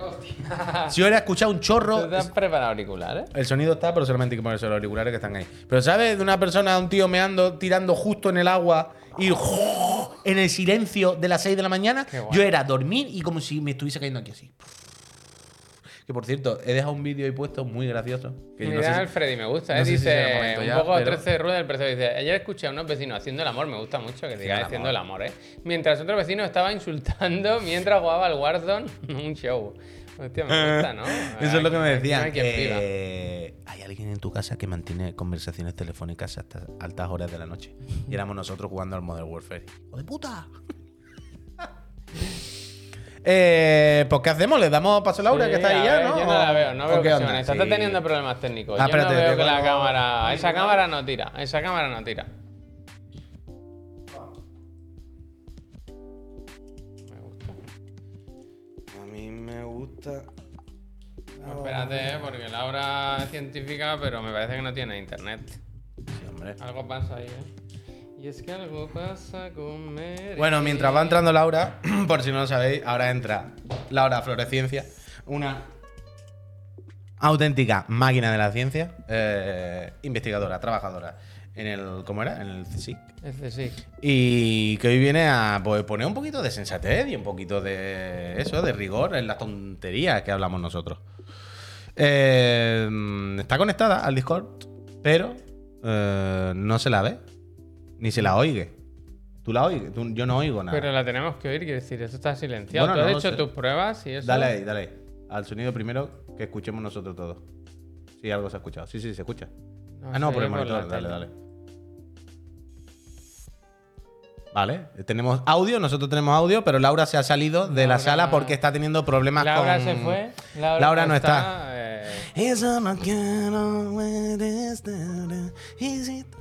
Si yo hubiera escuchado un
¿Tú
chorro,
te has preparado auriculares?
el sonido está, pero solamente hay que ponerse los auriculares que están ahí. Pero ¿sabes? De una persona, un tío meando, tirando justo en el agua y en el silencio de las 6 de la mañana,
Qué guay.
yo era dormir y como si me estuviese cayendo aquí así. Que por cierto, he dejado un vídeo ahí puesto muy gracioso. Que
Mira,
no sé si-
Freddy, me gusta, ¿eh?
no sé si será el
dice
momento
un
ya,
poco
pero-
13 de rueda del precio. Dice, ayer escuché a unos vecinos haciendo el amor, me gusta mucho que digan haciendo el amor, ¿eh? Mientras otro vecino estaba insultando mientras jugaba al Warzone, un show. Hostia, me gusta, ¿no?
Eh, Eso es lo que me
Aquí
decían. eh,
no hay quien viva.
que hay alguien en tu casa que mantiene conversaciones telefónicas hasta altas horas de la noche. Y éramos nosotros jugando al Modern Warfare. ¡Hijo de puta! Eh, pues ¿qué hacemos? ¿Le damos paso a Laura,
Sí,
que está ahí
a
ya,
ver,
¿no?
Yo no la
¿O-
veo, no
o
veo
qué
que se
onda?
conecte. Está
Sí.
teniendo problemas técnicos.
Ah,
yo
espérate,
no veo
te
que la
pongo-
cámara... Esa cámara no tira, esa cámara no tira. Me gusta.
A mí me gusta.
Ah,
No, espérate, eh, porque Laura es científica, pero me parece que no tiene internet.
Sí, hombre.
Algo pasa ahí, ¿eh? Y es que algo pasa con Mary.
Bueno, mientras va entrando Laura, por si no lo sabéis, ahora entra Laura Floresciencia, una auténtica máquina de la ciencia, eh, investigadora, trabajadora en el, ¿cómo era? En el CSIC.
Es decir,
Y que hoy viene a pues, poner un poquito de sensatez y un poquito de eso, de rigor en las tonterías que hablamos nosotros. Eh, está conectada al Discord, pero eh, no se la ve, ni se la oigue. Tú la oigas, tú- yo no oigo nada.
pero la tenemos que oír, quiero decir, eso está silenciado.
Bueno,
Tú has
no lo
hecho
sé.
tus pruebas y eso.
Dale ahí, dale ahí. Al sonido primero que escuchemos nosotros todos. Sí, algo se ha escuchado. Sí, sí, se escucha. ah, no,
se
por
ve
el monitor.
la
dale,
tele.
dale. Vale, tenemos audio, nosotros tenemos audio, pero Laura se ha salido de la
Laura-
sala porque está teniendo problemas
Laura
con...
se fue. Laura,
Laura, no está.
eh,
Eso no quiero, where is that? Is it-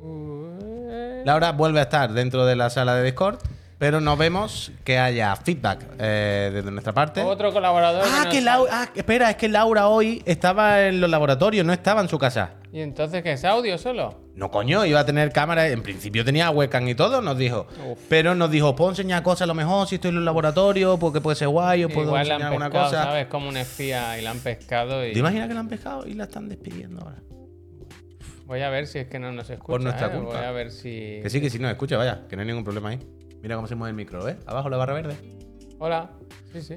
uh,
Laura vuelve a estar dentro de la sala de Discord, pero no vemos que haya feedback eh, desde nuestra parte.
Otro colaborador.
Ah,
no
que
está.
Laura. ah, espera, es que Laura hoy estaba en los laboratorios, no estaba en su casa.
¿Y entonces qué es audio solo?
No, coño, iba a tener cámara. En principio tenía webcam y todo, nos dijo.
Uf.
Pero nos dijo, puedo enseñar cosas a lo mejor si estoy en los laboratorios, porque puede ser guay, o puedo
Igual la han
enseñar alguna
pescado,
cosa.
¿sabes? Como un espía y la han pescado y...
¿Te imaginas que la han pescado y la están despidiendo ahora?
Voy a ver si es que no nos escucha.
Por nuestra
¿eh?
culpa.
Voy a ver si.
Que sí, que sí, no, escucha, vaya, que no hay ¿eh? ningún problema ahí. Mira cómo se mueve el micro, ¿ves? Abajo la barra verde.
Hola. Sí, sí.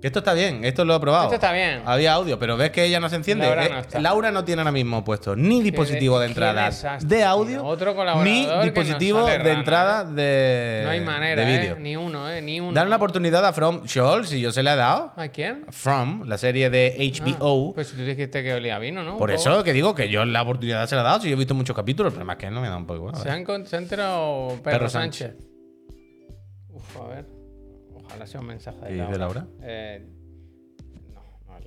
Que Esto está bien, esto lo he probado.
Esto está bien.
Había audio, pero ves que ella no se enciende.
Laura
Eh,
no está.
Laura no tiene ahora mismo puesto ni dispositivo de
qué
entrada
desastre,
de
tío.
audio,
Otro
ni
colaborador que
dispositivo
nos
de
sale rana,
entrada de,
No hay manera,
de
¿eh?
vídeo.
Ni uno, ¿eh? Ni uno.
Dar una oportunidad a From Scholl, si yo se la he dado.
¿A quién?
From, la serie de
Ah,
HBO.
Pues si tú dijiste que olía a vino, ¿no? Un
Por
poco.
eso que digo que yo la oportunidad se la he dado. Si yo he visto muchos capítulos, el problema es que no me da un poco igual.
Se han con- se ha enterado Pedro,
Pedro
Sánchez. Uf, a ver. Ojalá sea un mensaje de
¿Qué dice Laura?
Eh,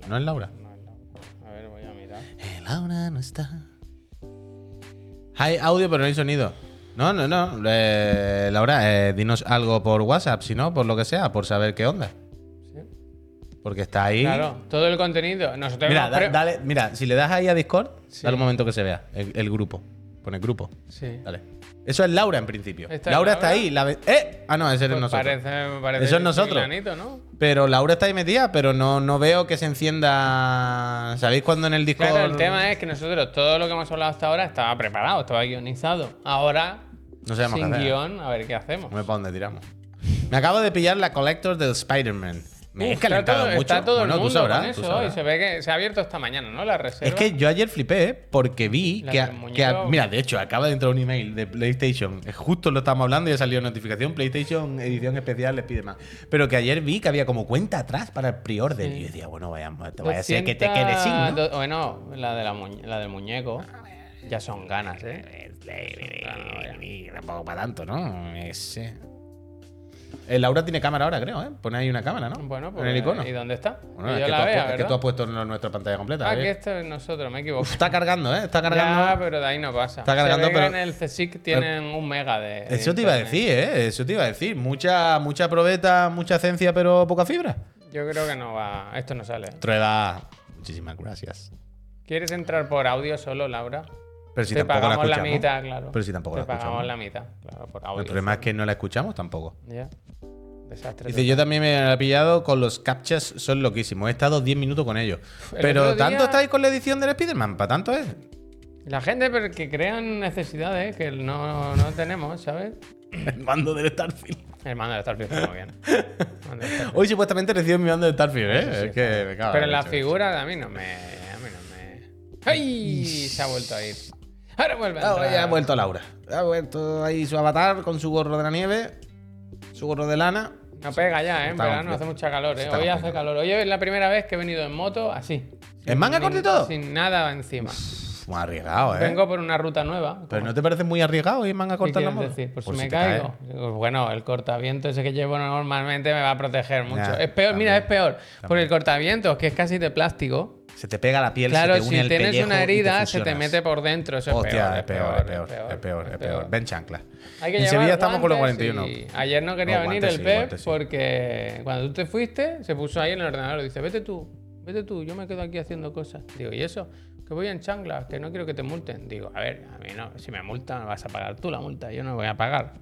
no, no es Laura.
¿No es Laura?
No es Laura. A ver, voy a mirar.
Eh, Laura no está. Hay audio, pero no hay sonido. No, no, no. Eh, Laura, eh, dinos algo por WhatsApp, si no, por lo que sea, por saber qué onda.
¿Sí?
Porque está ahí.
Claro, todo el contenido. Nosotros
Mira,
hemos
da-
pre-
dale, mira, si le das ahí a Discord, dale un momento que se vea. El, el grupo. Pone grupo.
Sí.
Dale. Eso es Laura en principio.
¿Esta es
Laura
Laura?
está ahí. la ve- ¡Eh! Ah, no, ese eres
Pues
nosotros.
Parece, parece
Eso es nosotros.
fulanito, ¿no?
Pero Laura está ahí metida, pero no, no veo que se encienda. ¿Sabéis cuando en el Discord?
Claro, el tema es que nosotros todo lo que hemos hablado hasta ahora estaba preparado, estaba guionizado. Ahora,
No sabemos
sin
qué hacer.
guión, a ver qué hacemos.
No me para dónde tiramos. Me acabo de pillar la Collector del Spider-Man. Me he
Uf, está
calentado
todo-
mucho.
Está todo
Bueno,
el
tú
mundo
sabrás,
con
tú
eso
sabrás.
y se ve que se ha abierto esta mañana, ¿no? La reserva.
Es que yo ayer flipé ¿eh? porque vi
La
que, a-
del muñeco.
que a- Mira, de hecho, acaba de entrar un email de PlayStation. Eh, Justo lo estábamos hablando y ha salido notificación. PlayStation edición especial Spider-Man. Pero que ayer vi que había como cuenta atrás para el pre-order.
Sí.
Y yo decía, bueno, vaya, vaya a ser que te quedes sin. ¿no?
200 do- Bueno, la, de la, muñe- la del muñeco. Ya son ganas, ¿eh?
Tampoco para tanto, ¿no? Ese. Eh, Laura tiene cámara ahora, creo, ¿eh? Pone ahí una cámara, ¿no?
Bueno, pues.
En el icono.
¿Y dónde está?
Bueno,
Que
es,
yo
que tú
la
has,
vea,
pu- es que tú
¿verdad?
has puesto en nuestra pantalla completa.
Ah,
¿eh?
que esto es nosotros, me equivoco.
Está cargando, ¿eh? Está
Ya,
cargando.
pero de ahí no pasa.
Está
Se
cargando,
ve que
pero-
En el CSIC tienen un mega de. de
Eso te iba a
internet.
decir, ¿eh? Eso te iba a decir. Mucha, mucha probeta, mucha esencia, pero poca fibra.
Yo creo que no va. Esto no sale.
Trueba, muchísimas gracias.
¿Quieres entrar por audio solo, Laura?
Pero si
Te
tampoco la
pagamos la,
escuchamos.
mitad, claro.
Pero si tampoco
Te
la
pagamos
escuchamos.
la mitad, claro, por audio.
El problema es que no la escuchamos tampoco.
Ya. Desastre.
Dice, yo también me la he pillado con los captchas, son loquísimos. He estado 10 minutos con ellos.
El
Pero
otro día-
tanto estáis con la edición del Spider-Man, para tanto es.
La gente pero que crean necesidades que no, no tenemos, ¿sabes?
El mando del Starfield.
El mando de Starfield está muy bien. El mando de Starfield.
Hoy supuestamente recibo mi mando de Starfield, ¿eh?
sí,
es que me cago
Pero
en
en la
leche.
figura a mí no me. A mí no me. ¡Ay! Se ha vuelto a ir. Ahora vuelve a
Ah,
entrar.
ya ha vuelto Laura. Ha vuelto ahí su avatar con su gorro de la nieve, su gorro de lana.
No pega ya, ¿eh? En
Está
verano
complicado.
hace mucha calor, ¿eh?
Está
Hoy hace
complicado.
calor. Hoy es la primera vez que he venido en moto así.
¿En manga corta y todo?
Sin nada encima.
Pff, muy arriesgado, ¿eh?
Vengo por una ruta nueva.
Pero ¿no te parece muy arriesgado ir en manga corta en la
quieres
moto?
decir? Por,
Por
si me
te
caigo.
caes.
Digo, pues Bueno, el cortaviento ese que llevo normalmente me va a proteger mucho.
Ya,
es peor, mira, es
también,
peor. Porque el cortavientos, que es casi de plástico,
Se te pega la piel,
claro,
se te une
si
el
tienes
pellejo y
una
te
herida, se te
fusionas.
mete por dentro. Eso es
Hostia, es
peor,
peor, es peor, es peor, es peor. Ven chancla.
Hay que
en
llevar
Sevilla estamos con los
guantes y-
41.
Ayer no quería
No,
venir
guantes
el
sí,
Pep
guantes sí.
porque cuando tú te fuiste, se puso ahí en el ordenador y dice, vete tú, vete tú, yo me quedo aquí haciendo cosas. Digo, ¿y eso? Que voy en chanclas, que no quiero que te multen. Digo, a ver, a mí no, si me multan vas a pagar tú la multa, yo no voy a pagar.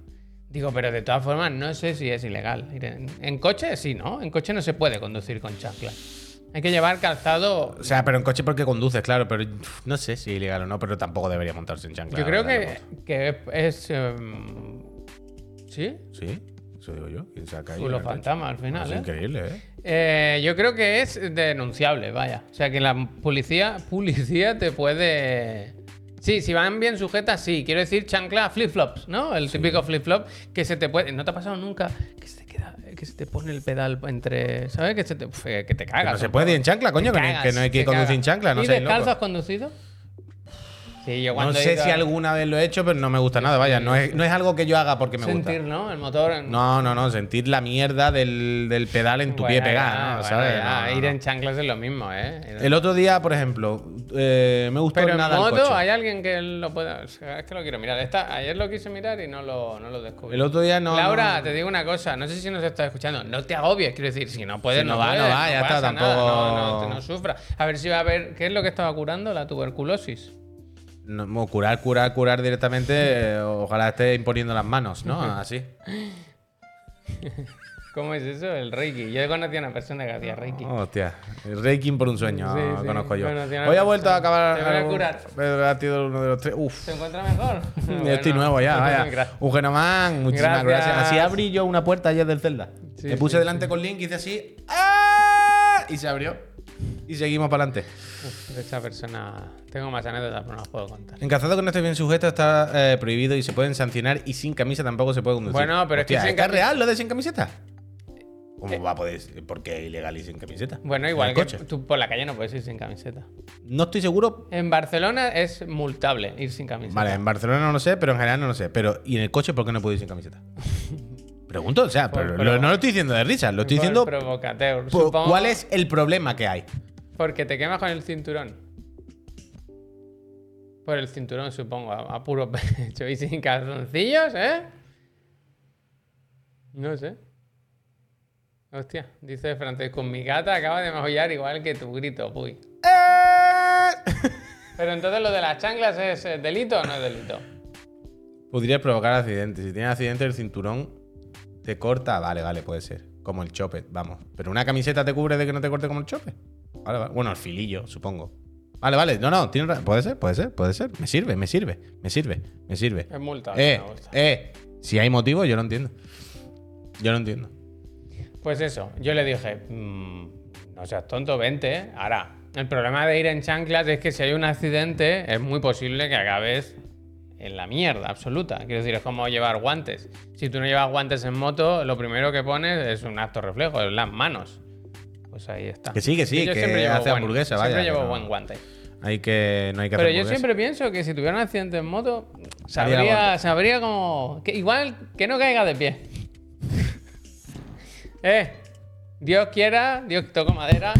Digo, pero de todas formas no sé si es ilegal. ir En, en coche sí, ¿no? En coche no se puede conducir con chanclas. Hay que llevar calzado
O sea, pero en coche porque conduces, claro, pero uf, no sé si es ilegal o no, pero tampoco debería montarse en chancla.
Yo
la
creo
verdad,
que,
loco.
que es. es, em, ¿Sí?
Sí, eso digo yo. ¿Quién se ha caído
Pues los
en el coche?
fantasmas al final,
Es
¿eh?
increíble, ¿eh?
Eh, Yo creo que es denunciable, vaya. O sea, que la policía, policía te puede. Sí, si van bien sujetas, sí. Quiero decir, chancla flip-flops, ¿no? El típico flip-flop que se te puede. ¿No te ha pasado nunca que se te queda, que se te pone el pedal entre. ¿Sabes? Que, se te, uf, eh, que te
Que
cagas.
no se
un
puede
poco.
ir en chancla, coño, que, no-
Cagas,
que no hay que
te
conducir
cagas.
en chancla, no
¿Y
sé.
descalzo
loco.
has conducido? Sí, yo
No
cuando he
sé
ido
si
a
alguna vez lo he hecho, pero no me gusta nada, vaya, no es, no es algo que yo haga porque me gusta.
sentir, ¿no? El motor. en-
No, no, no, sentir la mierda del, del pedal en tu pie
Bueno, ya,
pegada, ¿no?
bueno,
¿Sabes?
ya,
No, no,
Ir
no.
en chanclas es lo mismo, ¿eh? Ir en-
El otro día, por ejemplo, eh, me gustó
Pero en
nada el
moto
coche.
hay alguien que lo pueda... o sea, es que lo quiero mirar. Esta- ayer lo quise mirar y no lo, no lo descubrí.
El otro día no.
Laura,
no-
te digo una cosa. No sé si nos estás escuchando. No te agobies. Quiero decir, si no puedes,
Si
no,
no va, no
puedes,
va, ya está,
pasa
tampoco-
nada, No, no, te- no sufras. A ver si va a ver... ¿Qué es lo que estaba curando? La tuberculosis.
no, mo- curar, curar, curar directamente. eh, ojalá esté imponiendo las manos, ¿no? Así.
¿Cómo es eso? El Reiki. Yo conocí a una persona que hacía Reiki.
Hostia, el Reiki por un sueño,
Sí, sí,
conozco yo.
bueno, tiene
Hoy ha
razón.
vuelto a acabar.
Te van a curar.
Pedro ha sido uno de los tres. Uf.
¿Se encuentra mejor?
Ya Estoy
Ah, Bueno.
nuevo ya,
Gracias.
vaya. Eugenomán, muchísimas gracias.
Gracias.
Así abrí yo una puerta ayer del Zelda.
Sí,
Me puse
sí,
delante con Link y hice así. ¡Ah! ¡Ah! Y se abrió. Y seguimos para adelante.
Uf, de esa persona. Tengo más anécdotas, pero no las puedo contar.
En calzado que no esté bien sujeto está eh, prohibido y se pueden sancionar y sin camisa tampoco se puede conducir.
Bueno, pero es que
Hostia,
sin
¿está
cami- Eh,
real lo de sin camiseta? ¿Cómo va a poder? ¿Por qué es ilegal y sin camiseta?
Bueno,
En
igual
el
que
coche.
tú por la calle no puedes ir sin camiseta.
No estoy seguro.
En Barcelona es multable ir sin camiseta.
Vale, en Barcelona no lo sé, pero en general no lo sé. Pero, ¿y en el coche por qué no puedo ir sin camiseta? Pregunto, o sea,
Por-
pero
pero-
lo- no lo estoy diciendo de risa, lo estoy
Por
diciendo
provocateur.
por
Supongo
cuál es el problema que hay.
Porque te quemas con el cinturón. Por el cinturón, supongo, a, a puro pecho y sin calzoncillos, ¿eh? No sé. Hostia, dice Francisco, mi gata acaba de maullar igual que tu grito, puy. Eh. Pero entonces lo de las chanclas es eh, delito o no es delito.
Podría provocar accidentes. Si tienes accidente, el cinturón te corta. Vale, vale, puede ser. Como el chope, vamos. Pero una camiseta te cubre de que no te corte como el chope. Vale, vale. Bueno, el filillo, supongo. Vale, vale. No, no, tienes ra- Puede ser, puede ser, puede ser. Me sirve, me sirve, me sirve, me sirve.
Es multa.
Eh,
no me gusta.
eh. Si hay motivo, yo lo entiendo. Yo lo entiendo.
Pues eso, yo le dije, "Mm, no seas tonto, vente, ¿eh? ahora. El problema de ir en chanclas es que si hay un accidente, es muy posible que acabes en la mierda absoluta. Quiero decir, es como llevar guantes. Si tú no llevas guantes en moto, lo primero que pones es un acto reflejo, es las manos. Pues ahí está.
Que sí, que sí,
Y yo
que
siempre llevo
hace
buen-
hamburguesa, vaya,
Siempre llevo
que no-
buen guante.
Hay que. No hay que
Pero
hacer
yo
hamburguesa.
siempre pienso que si tuviera un accidente en moto,
Salía la
sabría,
moto.
sabría como. que igual que no caiga de pie. eh, Dios quiera, Dios toco madera,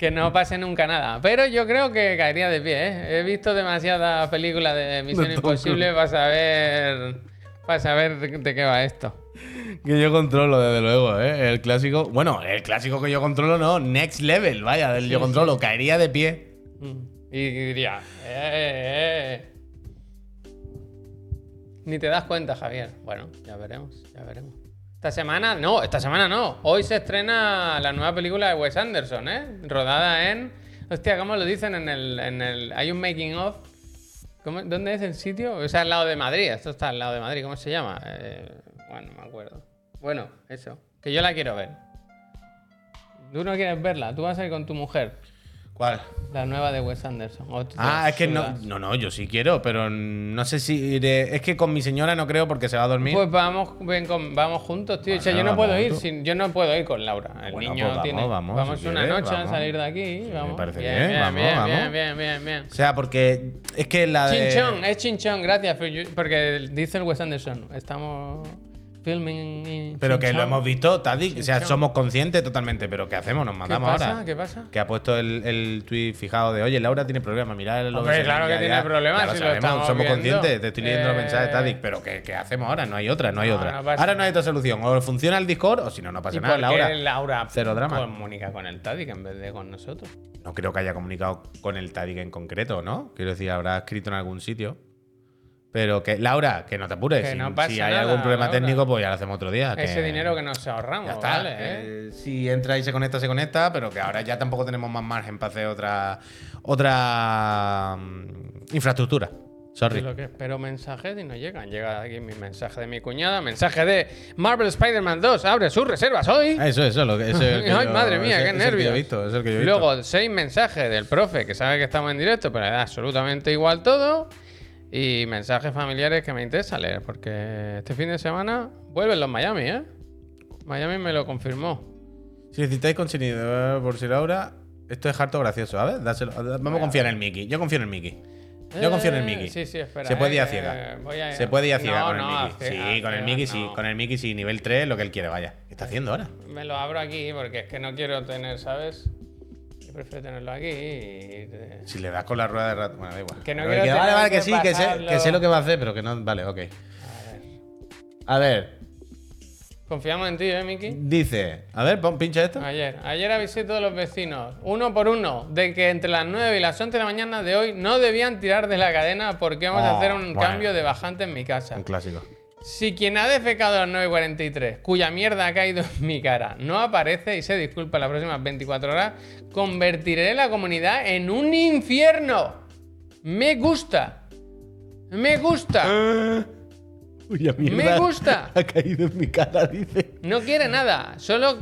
que no pase nunca nada. Pero yo creo que caería de pie, ¿eh? He visto demasiadas películas de Misión
No toco.
Imposible para saber. para saber de- de qué va esto.
Que yo controlo, desde luego, ¿eh? El clásico. Bueno, el clásico que yo controlo no. Next level, vaya, del yo controlo. Caería de pie.
Mm. Y diría. "Eh, eh, eh". Ni te das cuenta, Javier. Bueno, ya veremos, ya veremos. Esta semana, no, esta semana no. Hoy se estrena la nueva película de Wes Anderson, ¿eh? Rodada en. Hostia, ¿cómo lo dicen en el. En el hay un making of. ¿Cómo- ¿Dónde es el sitio? O sea, al lado de Madrid. Esto está al lado de Madrid. ¿Cómo se llama? Eh, bueno, no me acuerdo. Bueno, eso. Que yo la quiero ver. Tú no quieres verla. Tú vas a ir con tu mujer.
¿Cuál?
La nueva de Wes Anderson. O tú
Ah,
te
es que no.
sudas.
No, no, yo sí quiero, pero no sé si iré. Es que con mi señora no creo porque se va a dormir.
Pues vamos, ven con- vamos juntos, tío. O sea,
Bueno,
yo no puedo
vamos
ir
tú.
sin, yo no puedo ir con Laura. El
Bueno,
niño
pues vamos,
tiene.
vamos, si
una
quieres,
noche
vamos.
a salir de aquí.
me
vamos.
parece bien, vamos,
bien,
vamos. Eh.
bien, bien, bien, bien.
O sea, porque. Es que la de.
Chinchón, eh, es chinchón, gracias. pero yo- Porque dice el Wes Anderson. Estamos filming. y
Pero que lo
chinchón.
hemos visto, Tadi. O sea,
Chinchón.
somos conscientes totalmente, pero ¿qué hacemos? Nos
¿Qué
mandamos
pasa?
ahora.
¿Qué pasa?
Que ha puesto el, el tuit fijado de, oye, Laura tiene problemas, mirá lo
Hombre,
se-
claro que tiene problemas,
ya lo
si lo
sabemos,
estamos
somos
viendo.
conscientes, te estoy leyendo los
Eh.
mensajes, Tadic, pero ¿qué, qué hacemos ahora? No hay otra, no hay
No,
otra.
no pasa
ahora no hay otra solución, o funciona el Discord o si no, no pasa
¿Y
nada,
por qué
Laura.
Laura
Cero drama.
comunica con el Tadic en vez de con nosotros?
No creo que haya comunicado con el Tadic en concreto, ¿no? Quiero decir, habrá escrito en algún sitio. Pero que, Laura, que no te apures.
Que
si,
no pasa
si hay
nada,
algún problema
Laura.
técnico, pues ya lo hacemos otro día.
Ese dinero que nos ahorramos,
Ya está.
¿vale? ¿eh?
eh, si entra y se conecta, se conecta, pero que ahora ya tampoco tenemos más margen para hacer otra otra mm, infraestructura.
Es
Sorry.
lo que espero mensajes y no llegan. Llega aquí mi mensaje de mi cuñada, mensaje de Marvel Spider-Man 2, abre sus reservas hoy.
Eso, eso, lo que, eso es el que
Ay,
yo-
madre mía, qué
ese- ese es el que yo
nervios.
he visto, ese es el que yo he visto.
Luego, seis mensajes del profe que sabe que estamos en directo, pero le da absolutamente igual todo. Y mensajes familiares que me interesa leer, porque este fin de semana vuelven los Miami, ¿eh? Miami me lo confirmó.
Si necesitáis contenido eh, por si Laura, esto es harto gracioso, a ver, dáselo- vamos a confiar en el Mickey. Yo confío en el Mickey. Yo confío en el
Eh,
Mickey.
Sí, sí, espera.
Se puede ir
eh,
a
que
ciega.
voy a-
Se puede ir a
No,
ciega con el
no, a
Mickey.
ciega,
sí,
a
con el
ciega,
Mickey sí,
no.
con el Mickey sí, nivel 3, lo que él quiere, vaya. ¿Qué está haciendo ahora?
Me lo abro aquí porque es que no quiero tener, ¿sabes? Yo prefiero tenerlo aquí y... eh,
Si le das con la rueda de rato, bueno, da igual.
Que no
Pero
quiero
que vale,
tener
vale,
que
que sí, que sé,
pasarlo.
que sé lo que va a hacer, pero que no. Vale, ok. A ver,
Confiamos en ti, ¿eh, Miki?
dice. A ver, pon, pincha esto.
Ayer, ayer avisé a todos los vecinos, uno por uno, de que entre las 9 y las 11 de la mañana de hoy no debían tirar de la cadena porque vamos a
Oh,
hacer un
bueno.
cambio de bajante en mi casa.
Un clásico.
Si quien ha defecado a las 9 y 43, cuya mierda ha caído en mi cara, no aparece y se disculpa las próximas 24 horas, convertiré la comunidad en un infierno. Me gusta. Me gusta.
Uy,
mierda. Me gusta.
Ha caído en mi cara, dice.
No quiere nada, solo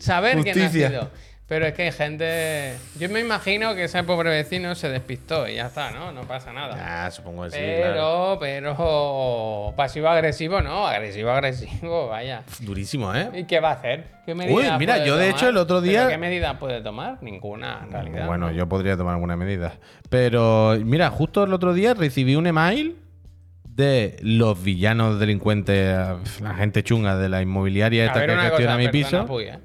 saber quién ha
Justicia.
sido. Pero es que hay gente. Yo me imagino que ese pobre vecino se despistó y ya está, ¿no? No pasa nada.
Ah, supongo que sí. claro.
pero, pero. Pasivo agresivo, no. Agresivo agresivo, vaya.
Durísimo, ¿eh?
¿Y qué va a hacer? ¿Qué medida
mira,
puede
yo de
tomar?
hecho el otro
¿Pero
día-
¿Qué medida puede tomar? Ninguna, en realidad.
Bueno,
¿no?
yo podría tomar alguna medida. Pero mira, justo el otro día recibí un email de los villanos delincuentes, la gente chunga de la inmobiliaria
A
esta
ver,
que
una
gestiona
cosa,
mi
perdona,
piso,
Puy, ¿eh?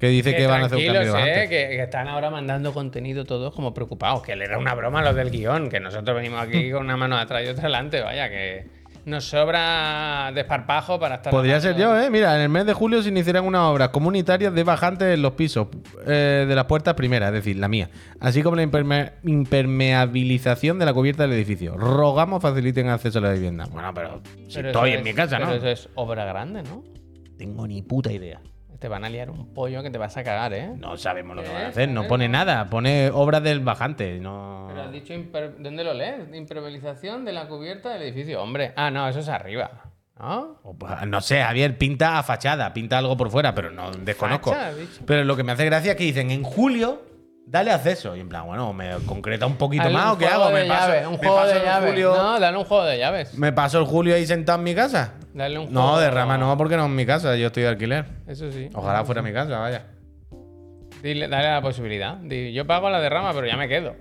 que dice
Que
que van a hacer un cambio
tranquilos, eh,
antes.
que, que están ahora mandando contenido todos como preocupados. Que le era una broma a los del guión, que nosotros venimos aquí con una mano atrás y otra adelante, vaya, que nos sobra desparpajo para estar.
Podría ser
hablando.
yo, ¿eh? Mira, en el mes de julio se iniciarán unas obras comunitarias de bajantes en los pisos eh, de las puertas primeras, es decir, la mía, así como la imperme- impermeabilización de la cubierta del edificio. Rogamos faciliten acceso a la vivienda. Bueno, pero si
Pero
estoy
eso
en mi
es-
casa, ¿no?
pero eso es obra grande, ¿no?
Tengo ni puta idea.
Te van a liar un pollo que te vas a cagar, ¿eh?
No sabemos lo que van a
Eh,
hacer, no
eh,
pone nada, pone obras del bajante, no.
Pero has dicho, imper- ¿dónde lo lees? Impermeabilización de la cubierta del edificio. Hombre, ah, no, eso es arriba, ¿no?
O, pues, No sé, Javier, pinta a fachada, pinta algo por fuera, pero no desconozco.
Facha, has dicho.
Pero lo que me hace gracia es que dicen en julio, dale acceso. Y en plan, bueno, me concreta un poquito
Hazle
más
un
o qué
juego
hago.
de
Me paso,
llaves, un
me
juego
paso
de
el
llaves.
julio-
No, dale un juego de llaves.
me paso el julio ahí sentado en mi casa.
Dale un
No,
juego-
de rama no, porque no es mi casa, yo estoy de alquiler.
Eso sí.
Ojalá fuera mi casa, vaya.
Dile, dale la posibilidad. Di, yo pago la derrama, pero ya me quedo.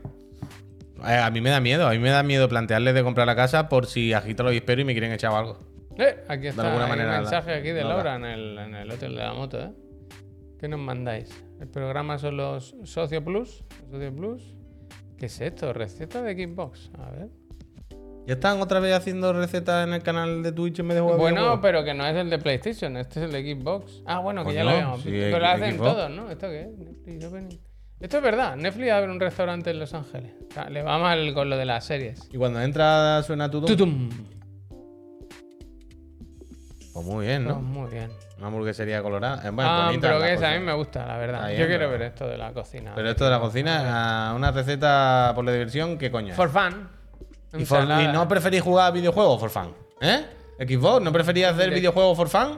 Eh, A mí me da miedo, a mí me da miedo plantearles de comprar la casa por si agito los hisperos y me quieren echar o algo.
Eh, aquí está
alguna
hay
manera la-
un mensaje aquí de
no
Laura en el, en el hotel de la moto. ¿eh? ¿Qué nos mandáis? El programa son los Socio Plus. Socio Plus. ¿Qué es esto? Receta de Kickbox. A ver.
Ya están otra vez haciendo recetas en el canal de Twitch en vez de jugar
Bueno,
videojuegos.
pero que no es el de PlayStation, este es el de Xbox. Ah, bueno, que ya lo
Coño,
habíamos
sí,
visto.
hay-
Pero lo
hay
hacen
Xbox.
todos, ¿no? ¿Esto qué es? Netflix Opening. Esto es verdad. Netflix abre un restaurante en Los Ángeles. Ah, Le va mal con lo de las series.
Y cuando entra suena tu
Tutum.
Pues muy bien,
Pues
¿no?
muy bien.
Una hamburguesería colorada. Eh, bueno,
Ah,
bonita
pero
la
que esa a
cosa.
mí me gusta, la verdad.
Está
Yo
bien,
quiero
pero-
ver esto de la cocina.
Pero esto de la cocina, ah, una receta por la diversión, ¿qué coño? es?
For fun.
y, for-
Ensalada.
y no preferís jugar a videojuegos for fun? ¿Eh? ¿Xbox? ¿No preferís hacer
De-
videojuegos for fun?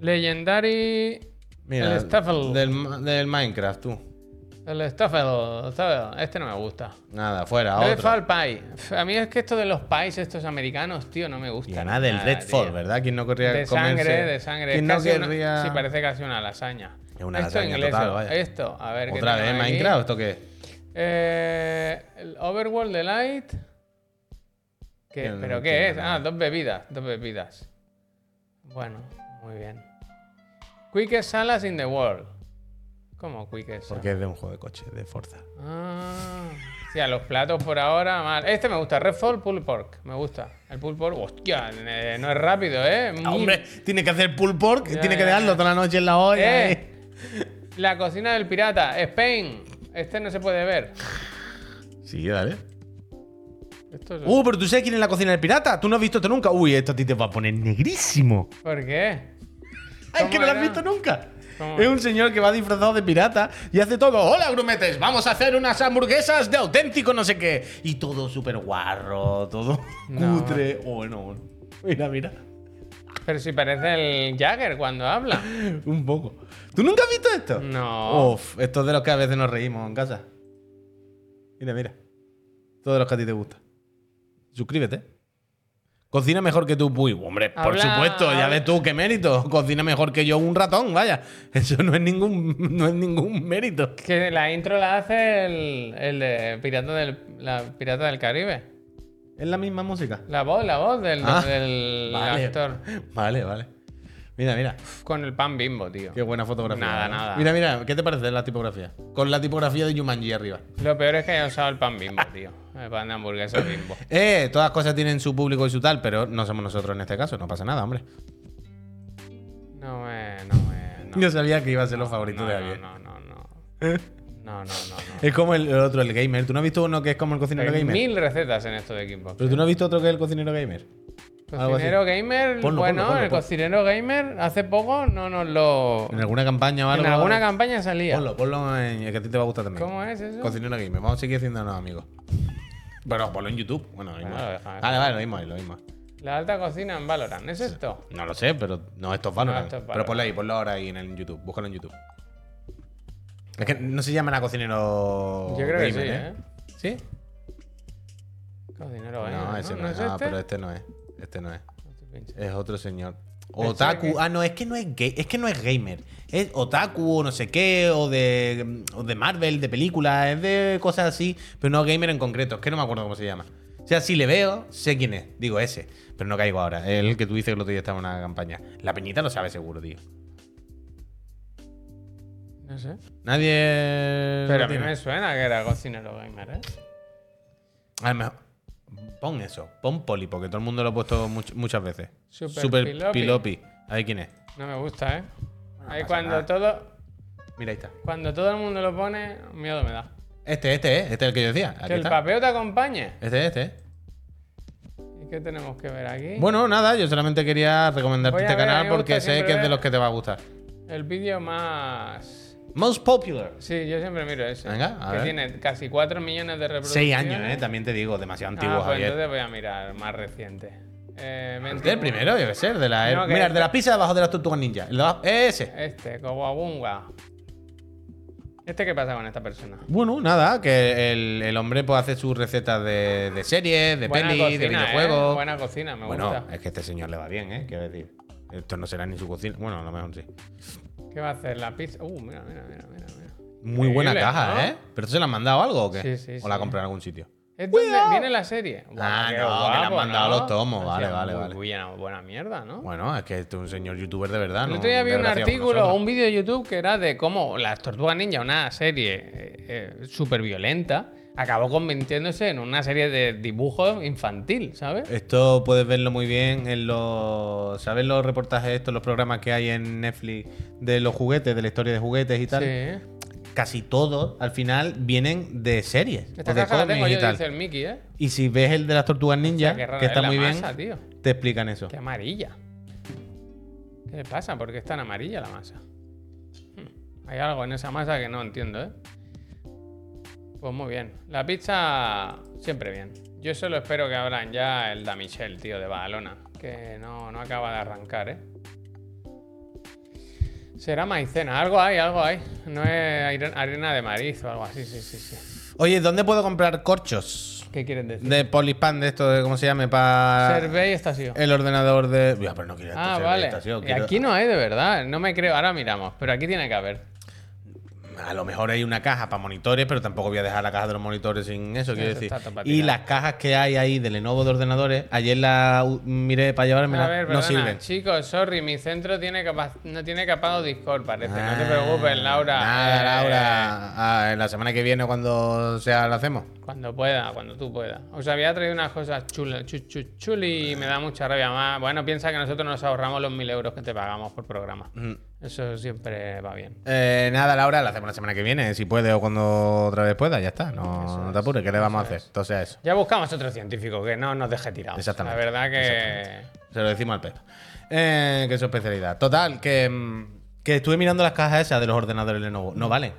Legendary.
Mira,
El Staffel.
del, ma- del Minecraft, tú.
El Stoffel, Stoffel. Este no me gusta.
Nada, fuera, otro.
Redfall Pie. Pf, A mí es que esto de los pies, estos americanos, tío, no me gusta.
Y ganar del
nada,
Redfall,
tío.
¿verdad? ¿Quién no querría
De
comerse?
sangre, de sangre.
¿Quién
Es
no
casi una-
querría...?
sí, parece casi una lasaña.
Es una
Esto
lasaña
inglés,
total, vaya.
Esto, a ver. ¿qué
¿Otra vez
tenemos aquí?
Minecraft? ¿Esto qué?
Eh, el Overworld Delight. ¿Qué-
No, no
¿Pero qué
entiendo
es?
nada.
Ah, dos bebidas, dos bebidas. Bueno, muy bien. Quickest salas in the world. ¿Cómo quickest?
Porque es de un juego de coche, de Forza.
Ah, sí, a los platos por ahora, mal. Este me gusta, Redfall Pulled Pork. Me gusta. El Pulled Pork, hostia, eh, no es rápido, ¿eh? Muy-
Hombre, tiene que hacer pull pork,
Ya,
tiene que
ya,
dejarlo
ya.
toda la noche en la olla.
Eh, La cocina del pirata, Spain. Este no se puede ver.
Sí, dale.
Esto es-
Uh, pero tú sabes quién es la cocina del pirata. Tú no has visto esto nunca. Uy, esto a ti te va a poner negrísimo.
¿Por qué?
Ay, que no lo has
era?
visto nunca.
¿Cómo
Es un señor que va disfrazado de pirata y hace todo. Hola, grumetes, vamos a hacer unas hamburguesas de auténtico no sé qué. Y todo súper guarro, todo
No.
cutre. Bueno, bueno. Mira, mira.
Pero si parece el Jagger cuando habla.
Un poco. ¿Tú nunca has visto esto?
No.
Uf, esto es de los que a veces nos reímos en casa. Mira, mira. Todo de los que a ti te gusta. Suscríbete. Cocina mejor que tú, Puy. Hombre, por
Habla-
supuesto, ya ves tú qué mérito. Cocina mejor que yo un ratón, vaya. Eso no es ningún, no es ningún mérito.
Que la intro la hace el, el de pirata del, la pirata del Caribe.
Es la misma música.
La voz, la voz del,
Ah,
del actor.
Vale, vale. Mira, mira.
Con el pan bimbo, tío.
Qué buena fotografía.
Nada,
¿eh?
nada.
Mira, mira, ¿qué te parece la tipografía? Con la tipografía de Jumanji arriba.
Lo peor es que haya usado el pan bimbo, tío. El pan de hamburguesa bimbo.
Eh, todas cosas tienen su público y su tal, pero no somos nosotros en este caso, no pasa nada, hombre.
No me. No me. No,
Yo sabía que iba a ser los favoritos
no,
de
no,
Javier.
no, no, no. No, no, no, no.
Es como el, el otro, el gamer. ¿Tú no has visto uno que es como el cocinero
Hay
gamer?
mil recetas en esto de Kickbox.
Pero tú no has visto otro que es el cocinero gamer. algo así.
Cocinero gamer,
Ponlo,
bueno,
ponlo, ponlo,
el
ponlo.
cocinero gamer hace poco no nos lo.
En alguna campaña o algo.
En alguna campaña salía.
Ponlo, ponlo en. que a ti te va a gustar también.
¿Cómo es eso?
Cocinero gamer. Vamos a seguir haciéndonos amigos. Pero ponlo en YouTube. Bueno, lo mismo.
Bueno,
es.
lo dejamos.
vale, vale, lo mismo, es, lo mismo. es.
La alta cocina en Valorant, ¿es esto?
No lo sé, pero no, esto es Valorant.
No, esto es
Pero
Valorant.
ponlo ahí, ponlo ahora ahí en el YouTube. Búscalo en YouTube. Es que no se llaman a cocinero.
Yo creo que sí,
gamer,
¿eh? ¿Sí? Cocinero, ¿eh?
No, ese no, es. ah,
este?
pero este no es. Este no es.
Estoy pinchando.
Es otro señor.
Pensaba
Otaku.
que-
Ah, no, es que no es gay, es que no es gamer. Es otaku o no sé qué, o de, o de Marvel, de películas, es de cosas así, pero no gamer en concreto. Es que no me acuerdo cómo se llama. O sea, si le veo, sé quién es. Digo ese, pero no caigo ahora. Es el que tú dices que el otro día estaba en una campaña. La peñita lo sabe seguro, tío.
No sé.
Nadie.
Pero
lo
a mí
tiene.
me suena que era cocinero gamer, ¿eh?
A lo mejor. Pon eso, pon pólipo, que todo el mundo lo ha puesto much- muchas veces.
Super
Super
Pilopi.
pilopi. A ver quién es.
No me gusta, ¿eh? Ahí
pasa
cuando
nada.
todo
Mira, ahí está.
cuando todo el mundo lo pone, miedo me da.
Este, este, ¿eh? este es el que yo decía. Aquí
Que el
está.
papeo te acompañe.
Este, este. ¿eh?
¿Y qué tenemos que ver aquí?
Bueno, nada, yo solamente quería recomendarte
Voy a
este
ver, a mí
canal
me
porque
gusta
sé
siempre
que es de
ver-
los que te va a gustar.
El vídeo más...
Most popular.
Sí, yo siempre miro ese.
Venga, a
que
ver.
tiene casi 4 millones de reproducciones.
Seis años, ¿eh? También te digo, demasiado antiguo,
Ah, pues
Javier.
entonces voy a mirar más reciente. Eh,
Este es
21.
el primero, yo que sé, el de la. er-
No, que
Mira, el
este-
de las pizzas debajo de las tortugas ninja. El de la- Ese.
Este, Kowabunga. ¿Este qué pasa con esta persona?
Bueno, nada, que el, el hombre pues hace sus recetas de, de series, de
Buena
pelis, de
cocina, ¿eh?
videojuegos.
Buena cocina, me
Bueno,
gusta.
es que a este señor le va bien, ¿eh? Quiero decir. Esto no será ni su cocina. Bueno, a lo mejor sí.
¿Qué va a hacer? La pizza. Uh, mira, mira, mira, mira. mira.
Muy buena
Increíble,
caja,
¿no?
¿eh? ¿Pero tú se la han mandado algo o qué?
Sí, sí,
¿O la
sí.
compré en algún sitio?
¿Es donde viene la serie?
Ah,
qué
no, que le han mandado los tomos.
Ha
Vale,
sido
vale,
muy
vale.
Buena, buena mierda, ¿no?
Bueno, es que este es un señor youtuber de verdad.
El
no
otro día vi un
desgraciado como
artículo o
nosotros.
un vídeo de YouTube que era de cómo las Tortugas Ninja, una serie eh, eh, súper violenta, acabó convirtiéndose en una serie de dibujos infantil, ¿sabes?
Esto puedes verlo muy bien en los. ¿Sabes los reportajes estos, los programas que hay en Netflix de los juguetes, de la historia de juguetes y tal?
Sí.
Casi todos al final vienen de series. o
Esta
de
caja la tengo
cómics y
yo,
tal.
dice el Mickey, ¿eh?
Y si ves el de las tortugas ninja,
Qué rara
¿Eh? que
es
está
la
muy bien,
masa, tío.
te explican eso.
Qué amarilla. ¿Qué le pasa? ¿Por qué es tan amarilla la masa? Hmm, Hay algo en esa masa que no entiendo, ¿eh? Pues muy bien. La pizza siempre bien. Yo solo espero que abran ya el da Michel, tío, de Badalona. Que no, no acaba de arrancar, ¿eh? Será maicena. Algo hay, algo hay. No es aire- arena de maíz o algo así, sí, sí, sí.
Oye, ¿dónde puedo comprar corchos?
¿Qué quieres decir?
De Polispan, de esto, de cómo se llame, para
Servei está sido.
el ordenador de. Ya, pero no quiero
Ah,
este
vale.
servidor,
Y
quiero-
aquí no hay de verdad, no me creo. Ahora miramos, pero aquí tiene que haber.
A lo mejor hay una caja para monitores, pero tampoco voy a dejar la caja de los monitores sin eso, quiero
Eso
decir.
está todo para
Y
tirar.
las cajas que hay ahí de Lenovo de ordenadores, ayer la u- miré para llevarme,
a ver,
no
perdona,
sirven.
chicos, sorry, mi centro tiene capa- no tiene capado Discord, parece. no te
Ah,
preocupes, Laura.
Nada,
Eh,
Laura. Ah, en la semana que viene, cuando sea, lo hacemos.
Cuando pueda, cuando tú puedas. Os había traído unas cosas chulas, chu- chu- chuli, y me da mucha rabia más. Bueno, piensa que nosotros nos ahorramos los mil euros que te pagamos por programa.
Mm.
Eso siempre va bien.
Eh, nada, Laura, la hacemos la semana que viene, si puede o cuando otra vez pueda, ya está. No, no te apures, ¿qué le vamos a hacer? Entonces, eso.
Ya buscamos otro científico que no nos deje tirados.
Exactamente,
La verdad que.
Se lo decimos al Pep. Eh, que es su especialidad. Total, que, mm, que estuve mirando las cajas esas de los ordenadores Lenovo. No valen.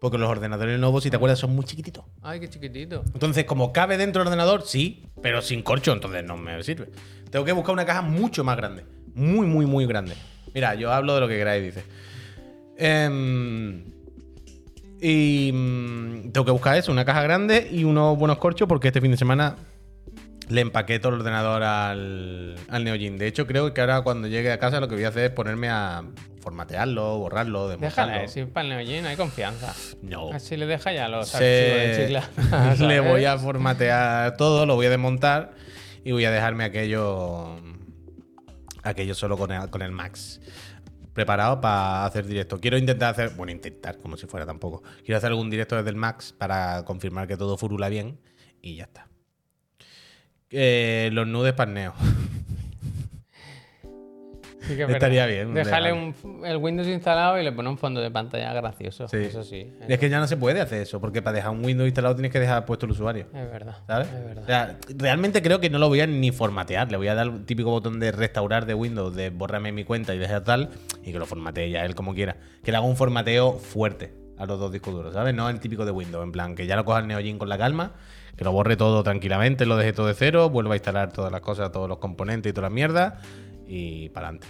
Porque los ordenadores Lenovo, si te acuerdas, son muy chiquititos.
Ay, qué chiquitito.
Entonces, como cabe dentro del ordenador, sí, pero sin corcho, entonces no me sirve. Tengo que buscar una caja mucho más grande. Muy, muy, muy grande. Mira, yo hablo de lo que queráis, dice. Em, y mm, tengo que buscar eso, una caja grande y unos buenos corchos, porque este fin de semana le empaqué todo el ordenador al, al Neogin. De hecho, creo que ahora cuando llegue a casa lo que voy a hacer es ponerme a formatearlo, borrarlo, desmontarlo.
Déjale, si es para el Neogin hay confianza.
No.
eh, Así Ah, le deja ya los
Se-
archivos de chicla. ¿eh?
le
¿sabes?
voy a formatear todo, lo voy a desmontar y voy a dejarme aquello aquello solo con el, con el Max preparado para hacer directo. Quiero intentar hacer, bueno, intentar como si fuera tampoco. Quiero hacer algún directo desde el Max para confirmar que todo furula bien y ya está. Eh, los nudes paneo.
Sí que es
Estaría
verdad.
bien,
Déjale
legal.
un- el Windows instalado y le pone un fondo de pantalla gracioso.
Sí.
Eso sí. Es,
Es que ya no se puede hacer eso, porque para dejar un Windows instalado tienes que dejar puesto el usuario.
es verdad.
¿Sabes?
Es verdad.
O sea, realmente creo que no lo voy a ni formatear. Le voy a dar el típico botón de restaurar de Windows, de borrarme mi cuenta y dejar tal, y que lo formatee ya él como quiera. Que le haga un formateo fuerte a los dos discos duros, ¿sabes? No el típico de Windows, en plan, que ya lo coja el Neogin con la calma, que lo borre todo tranquilamente, lo deje todo de cero, vuelva a instalar todas las cosas, todos los componentes y todas las mierdas, y para adelante.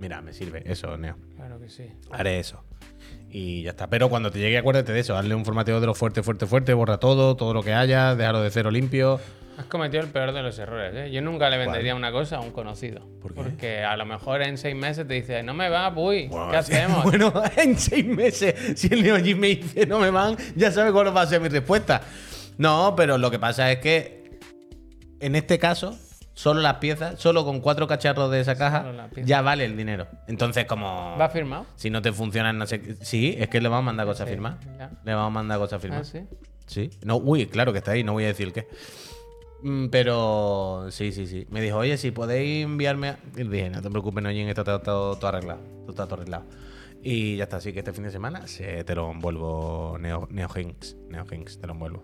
Mira, me sirve eso, Neo.
Claro que que sí.
Haré eso. Y ya está. Pero cuando te llegue, acuérdate de eso. Hazle un formateo de lo fuerte, fuerte, fuerte. Borra todo, todo lo que haya. Déjalo de cero limpio.
Has cometido el peor de los errores, ¿eh? Yo nunca le vendería una cosa a un conocido.
¿Por qué?
Porque a lo mejor en seis meses te dice, no me va, uy,
Bueno,
¿qué
sí.
hacemos?
Bueno, en seis meses, si el Neo Geo me dice no me van, ya sabe cuál va a ser mi respuesta. No, pero lo que pasa es que en este caso, solo las piezas, solo con cuatro cacharros de esa
Solo las
caja,
piezas.
ya vale el dinero. Entonces, como.
¿Va firmado?
Si no te funcionan, no sé. qué- Sí, es que le vamos a mandar cosas a
Sí,
firmar.
ya.
Le vamos a mandar cosas a firmar.
Ah, sí.
Sí. No, uy, claro que está ahí, no voy a decir qué. Mm, Pero sí, sí, sí. Me dijo, oye, si podéis enviarme. a-". Y le dije, no te preocupes, no, Jin, esto está todo, todo arreglado. Esto está todo arreglado. Y ya está, así que este fin de semana se te lo envuelvo, Neo, Neo Hinks. Neo Hinks, te lo envuelvo.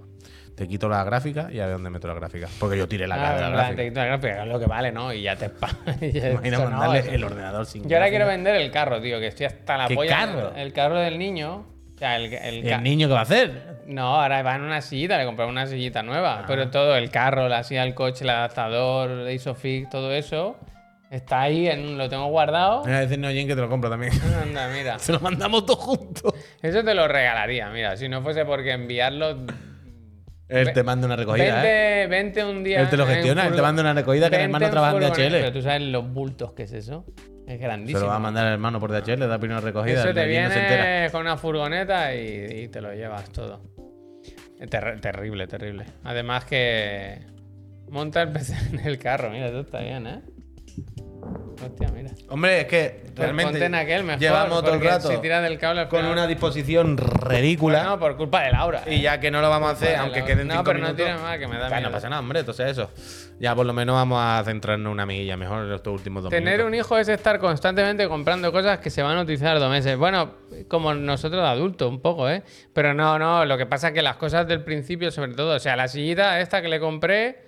Te quito la gráfica y a ver dónde meto la gráfica. Porque yo tiré la,
Ah,
cara de la
en plan, te
gráfica.
quito la gráfica, es lo que vale, ¿no? Y ya te spam. y ya
Imagina
sonaba eso.
mandarle el ordenador sin
Yo ahora quiero
gráfica.
vender el carro, tío, que estoy hasta la
¿Qué
polla.
carro?
El carro del niño. O sea, el, el ca-
¿El niño qué va a hacer?
No, ahora va en una sillita, le compré una sillita
Ah.
nueva. Pero todo, el carro, la silla, el coche, el adaptador, el Isofix, todo eso. Está ahí, en- lo tengo guardado.
Me va a decir Neo Jin que te lo compro también.
Anda, mira.
se lo mandamos todos juntos.
Eso te lo regalaría, mira. Si no fuese porque enviarlo.
Él te manda una recogida, ¿eh?
Vente, vente un día.
Él te lo
en
gestiona, él te
furgo-
manda una recogida que el
vente
hermano
en
trabaja en
furgoneta.
DHL.
Pero tú sabes los bultos que es eso. Es grandísimo.
Se lo va a mandar el hermano por DHL, da primera recogida.
Eso
el
te
de allí
viene
no se entera.
con una furgoneta y, y te lo llevas todo. Eh, ter- terrible, terrible. Además que monta el PC en el carro. Mira, todo está bien, ¿eh? Hostia, mira. Pues
Hombre, es que realmente
ponte en aquel mejor,
llevamos todo el
porque
rato
si tiras del cable al
con
final-
una disposición ridícula
No, por culpa de Laura.
y
¿eh?
ya que no lo vamos a hacer,
Vale,
aunque
la-
queden
no,
cinco
pero no
minutos.
tira más, que me da
Ah, no
miedo.
pasa nada, hombre, entonces eso. Ya por lo menos vamos a centrarnos en una amiguilla mejor en estos últimos dos
Tener
minutos.
un hijo es estar constantemente comprando cosas que se van a utilizar dos meses. Bueno, como nosotros de adultos, un poco, ¿eh? Pero no, no, lo que pasa es que las cosas del principio, sobre todo, o sea, la sillita esta que le compré,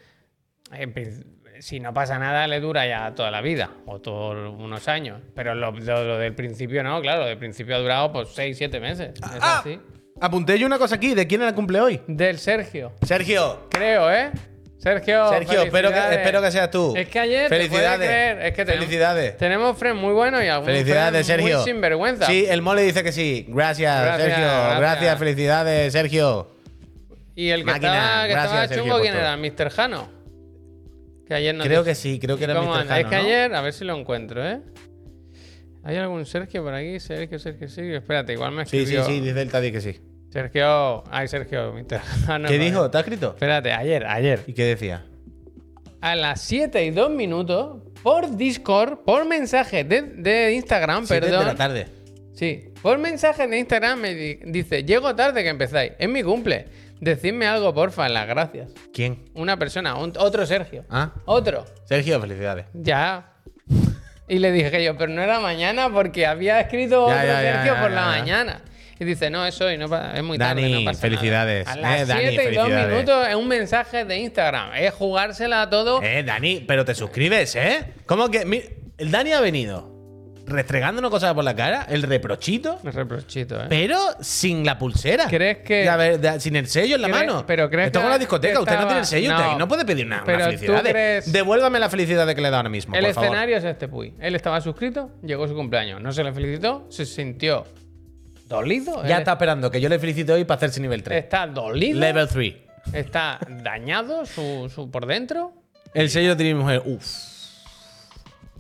en prin- si no pasa nada, le dura ya toda la vida, o todos unos años. Pero lo, lo- lo del principio no, claro, lo del principio ha durado pues seis, siete meses. Es
¡Ah!
así.
Apunté yo una cosa aquí, ¿de quién era el cumple hoy?
Del Sergio,
Sergio.
creo, ¿eh? Sergio,
Sergio, espero que,
felicidades.
espero que seas tú.
Es que ayer. te puedes
Felicidades.
creer, es que tenemos-
Felicidades.
Tenemos friends muy buenos y algunos
Felicidades,
friends
Sergio.
Muy sinvergüenza.
Sí, el mole dice que sí. Gracias,
Gracias,
Sergio.
gracias.
gracias, felicidades, Sergio.
Y el que
Máquina,
estaba, que
gracias,
estaba
Sergio,
chungo,
por
¿quién
todo.
era? ¿Mr. Jano? Que ayer no
Creo que sí, creo que era Mr. Jano,
Es que
¿no?
ayer, a ver si lo encuentro, ¿eh? ¿Hay algún Sergio por aquí? Sergio, Sergio, Sergio. Espérate, igual me
Sí, sí,
escribió.
sí, dice el Tadi que sí.
Sergio. Ay, Sergio, Mr. Jano.
¿Qué
vale.
dijo? ¿Te has escrito?
Espérate, ayer, ayer.
¿Y qué decía?
a las 7 y 2 minutos por Discord, por mensaje de, de Instagram,
Siete
perdón.
de la tarde.
Sí, por mensaje de Instagram me di- dice, llego tarde que empezáis, es mi cumple. Decidme algo, porfa, las gracias.
¿Quién?
Una persona, un- otro Sergio.
Ah,
Otro.
Sergio, felicidades.
Ya. Y le dije yo, pero no era mañana porque había escrito
Ya,
otro
ya, ya,
Sergio
ya,
por
ya,
la
ya.
mañana. Y dice, no, es hoy, no pa- es muy tarde,
Dani,
no pasa nada".
felicidades.
A las
Eh, Dani,
7 y 2
felicidades.
minutos es un mensaje de Instagram. Es jugársela a todo.
Eh, Dani, pero te suscribes, ¿eh? ¿Cómo que? mi- el Dani ha venido restregándonos cosas por la cara, el reprochito,
Me reprochito, ¿eh?
pero sin la pulsera.
¿Crees que-
Ya ves, da- sin el sello en la
¿Crees-
mano.
pero crees
Esto
que-
con la discoteca,
que
usted no tiene el
estaba-
sello, usted
No.
aquí no puede pedir nada.
Pero
una
tú
felicidad.
crees-
Devuélvame la felicidad de que le he dado ahora mismo,
El
por favor.
escenario es este, Puy. Él estaba suscrito, llegó su cumpleaños, no se le felicitó, se sintió dolido.
Ya
él
está esperando que yo le felicite hoy para hacerse nivel 3.
Está dolido.
Level 3.
Está dañado su, su por dentro.
El sello lo tiene mi mujer. Uf.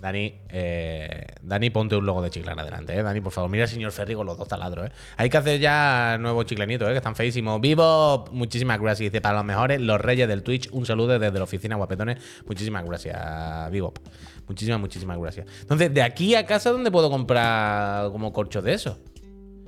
Dani, eh, Dani, ponte un logo de chiclana adelante, ¿eh? Dani, por favor. Mira al señor Ferri con los dos taladros, ¿eh? Hay que hacer ya nuevos chiclanitos, ¿eh? Que están feísimos. Vivo, muchísimas gracias. Dice, para los mejores, los reyes del Twitch, un saludo desde la oficina, guapetones. Muchísimas gracias, Vivo. Muchísimas, muchísimas gracias. Entonces, de aquí a casa, ¿dónde puedo comprar como corchos de eso?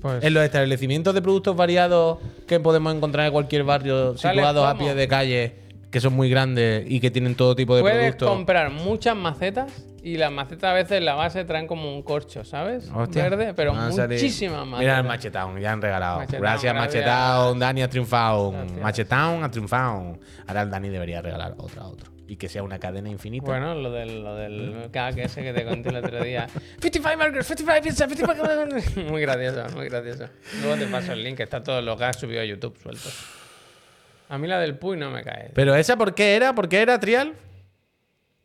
Pues
En los establecimientos de productos variados que podemos encontrar en cualquier barrio,
¿Sales
situados a
cómo?
pie de calle, que son muy grandes y que tienen todo tipo de
puedes
productos.
comprar muchas macetas y las macetas a veces en la base traen como un corcho, ¿sabes?
Hostia,
Verde, pero
me han salido-
muchísimas macetas.
Mira el Machetown, ya han regalado.
Machetown,
gracias,
gracias.
Machetown. Dani ha triunfado.
Gracias.
Machetown ha triunfado. Ahora el Dani debería regalar otra a otro. Y que sea una cadena infinita.
Bueno, lo del, lo del gag ese que te conté el otro día. 55 markers, 55 pizza, 55 markers. Muy gracioso, muy gracioso. Luego te paso el link, que está todos los gags subidos a YouTube sueltos. A mí la del Puy no me cae.
Pero esa, ¿por qué era? ¿Por qué era Trial?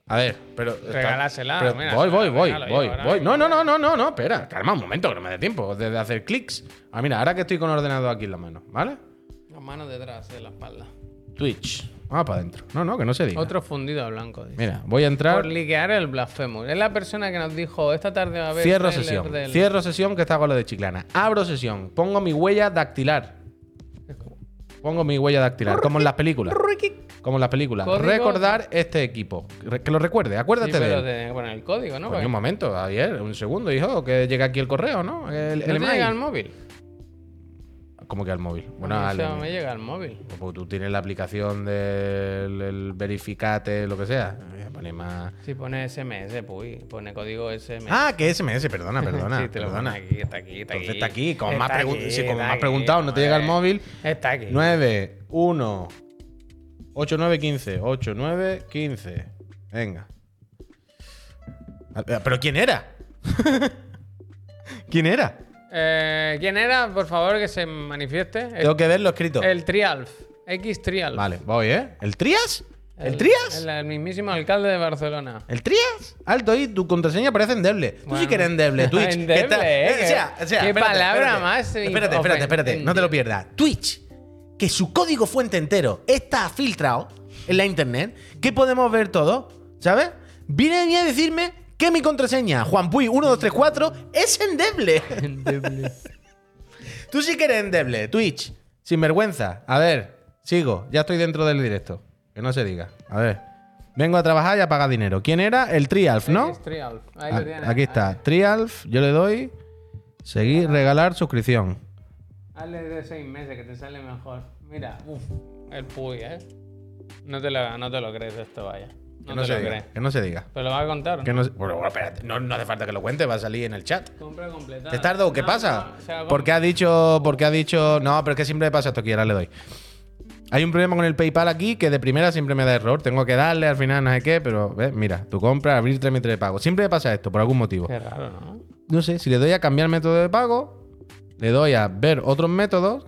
A ver, pero. está-
Regálasela,
pero
mira,
voy,
se la
voy, voy,
regalo yo
voy,
ahora.
voy. No, no, no, no, no, no, espera. Calma un momento, que no me dé tiempo. Desde hacer clics. Ah, mira, ahora que estoy con el ordenador aquí en la mano, ¿vale?
Las manos detrás de la espalda.
Twitch. Vamos para adentro. No, no, que no se diga.
Otro fundido a blanco, dice.
Mira, voy a
Por
entrar.
liquear el Blasphemous. Es la persona que nos dijo esta tarde va a ver.
Cierro
trailer
sesión.
del-
Cierro sesión que está con lo de Chiclana. Abro sesión. Pongo mi huella dactilar. Pongo mi huella dactilar, como en las películas. Como en las películas.
Código-
Recordar este equipo. Re- Que lo recuerde,
Sí,
acuérdate de
pero
él.
te poner el código, ¿no?
Coño,
Porque
un momento, Javier, un segundo, hijo, que llega aquí el correo, ¿no? El, el
no te
email.
llega al móvil.
¿Cómo que al móvil? Bueno,
A mí
al
se
email.
me llega al móvil.
Pues, pues, tú tienes la aplicación del el verificate, lo que sea. Voy a poner más-
Si pone SMS, pues pone código SMS.
Ah, que SMS, perdona, perdona.
Sí, te lo
perdona.
pone aquí, está aquí, está
Entonces
aquí.
está aquí, como me has
Está
pregun-
aquí,
si como me
está
has preguntado, no te llega el
hombre.
móvil.
Está aquí.
9, 1, 8, 9, 15, 8, 9, 15. Venga. Ah, ¿Pero quién era? ¿Quién era?
Eh, ¿Quién era? Por favor, que se manifieste.
Tengo
El,
que verlo escrito.
el Trialf. X Trialf.
Vale, voy, ¿eh? ¿El Trias? ¿El, Trias?
El, el mismísimo alcalde de Barcelona.
¿El Trias? Alto y tu contraseña parece endeble. Tú sí que eres endeble, Twitch. que
Endeble,
está-
¿eh?
o sea, o sea,
Qué palabra más
Espérate, espérate, espérate. No te
ofensiva.
lo pierdas. Twitch, que su código fuente entero está filtrado en la internet, que podemos ver todo, ¿sabes? Viene a mí a decirme que mi contraseña, JuanPuy1234, es endeble. Tú sí que eres endeble, Twitch. Sin vergüenza. A ver, sigo. Ya estoy dentro del directo. Que no se diga. A ver. Vengo a trabajar y a pagar dinero. ¿Quién era? El Trialf, ¿no?
X Trialf. Ahí lo tienes.
A- Aquí está. Trialf, yo le doy. Seguir, regalar, suscripción.
Ah, Hazle de seis meses que te sale mejor. Mira, uff, el Puy, ¿eh? No te lo, no te lo crees esto, vaya.
Que
No,
no
te
se
lo
diga.
crees.
Que no se diga.
Pero lo va a contar.
Que
¿no?
no se- Bueno, bueno, espérate. No, no hace falta que lo cuente, va a salir en el chat.
Compra completada.
¿Te tardo? ¿Qué
No,
pasa?
no, se la
Porque
compra.
ha dicho. Porque ha dicho. No, pero es que siempre me pasa esto aquí, ahora le doy. Hay un problema con el PayPal aquí que de primera siempre me da error. Tengo que darle al final, no sé qué, pero ¿ves? mira, tu compra, abrir trámite de pago. Siempre me pasa esto, por algún motivo.
Qué raro, ¿no?
No sé, si le doy a cambiar método de pago, le doy a ver otros métodos.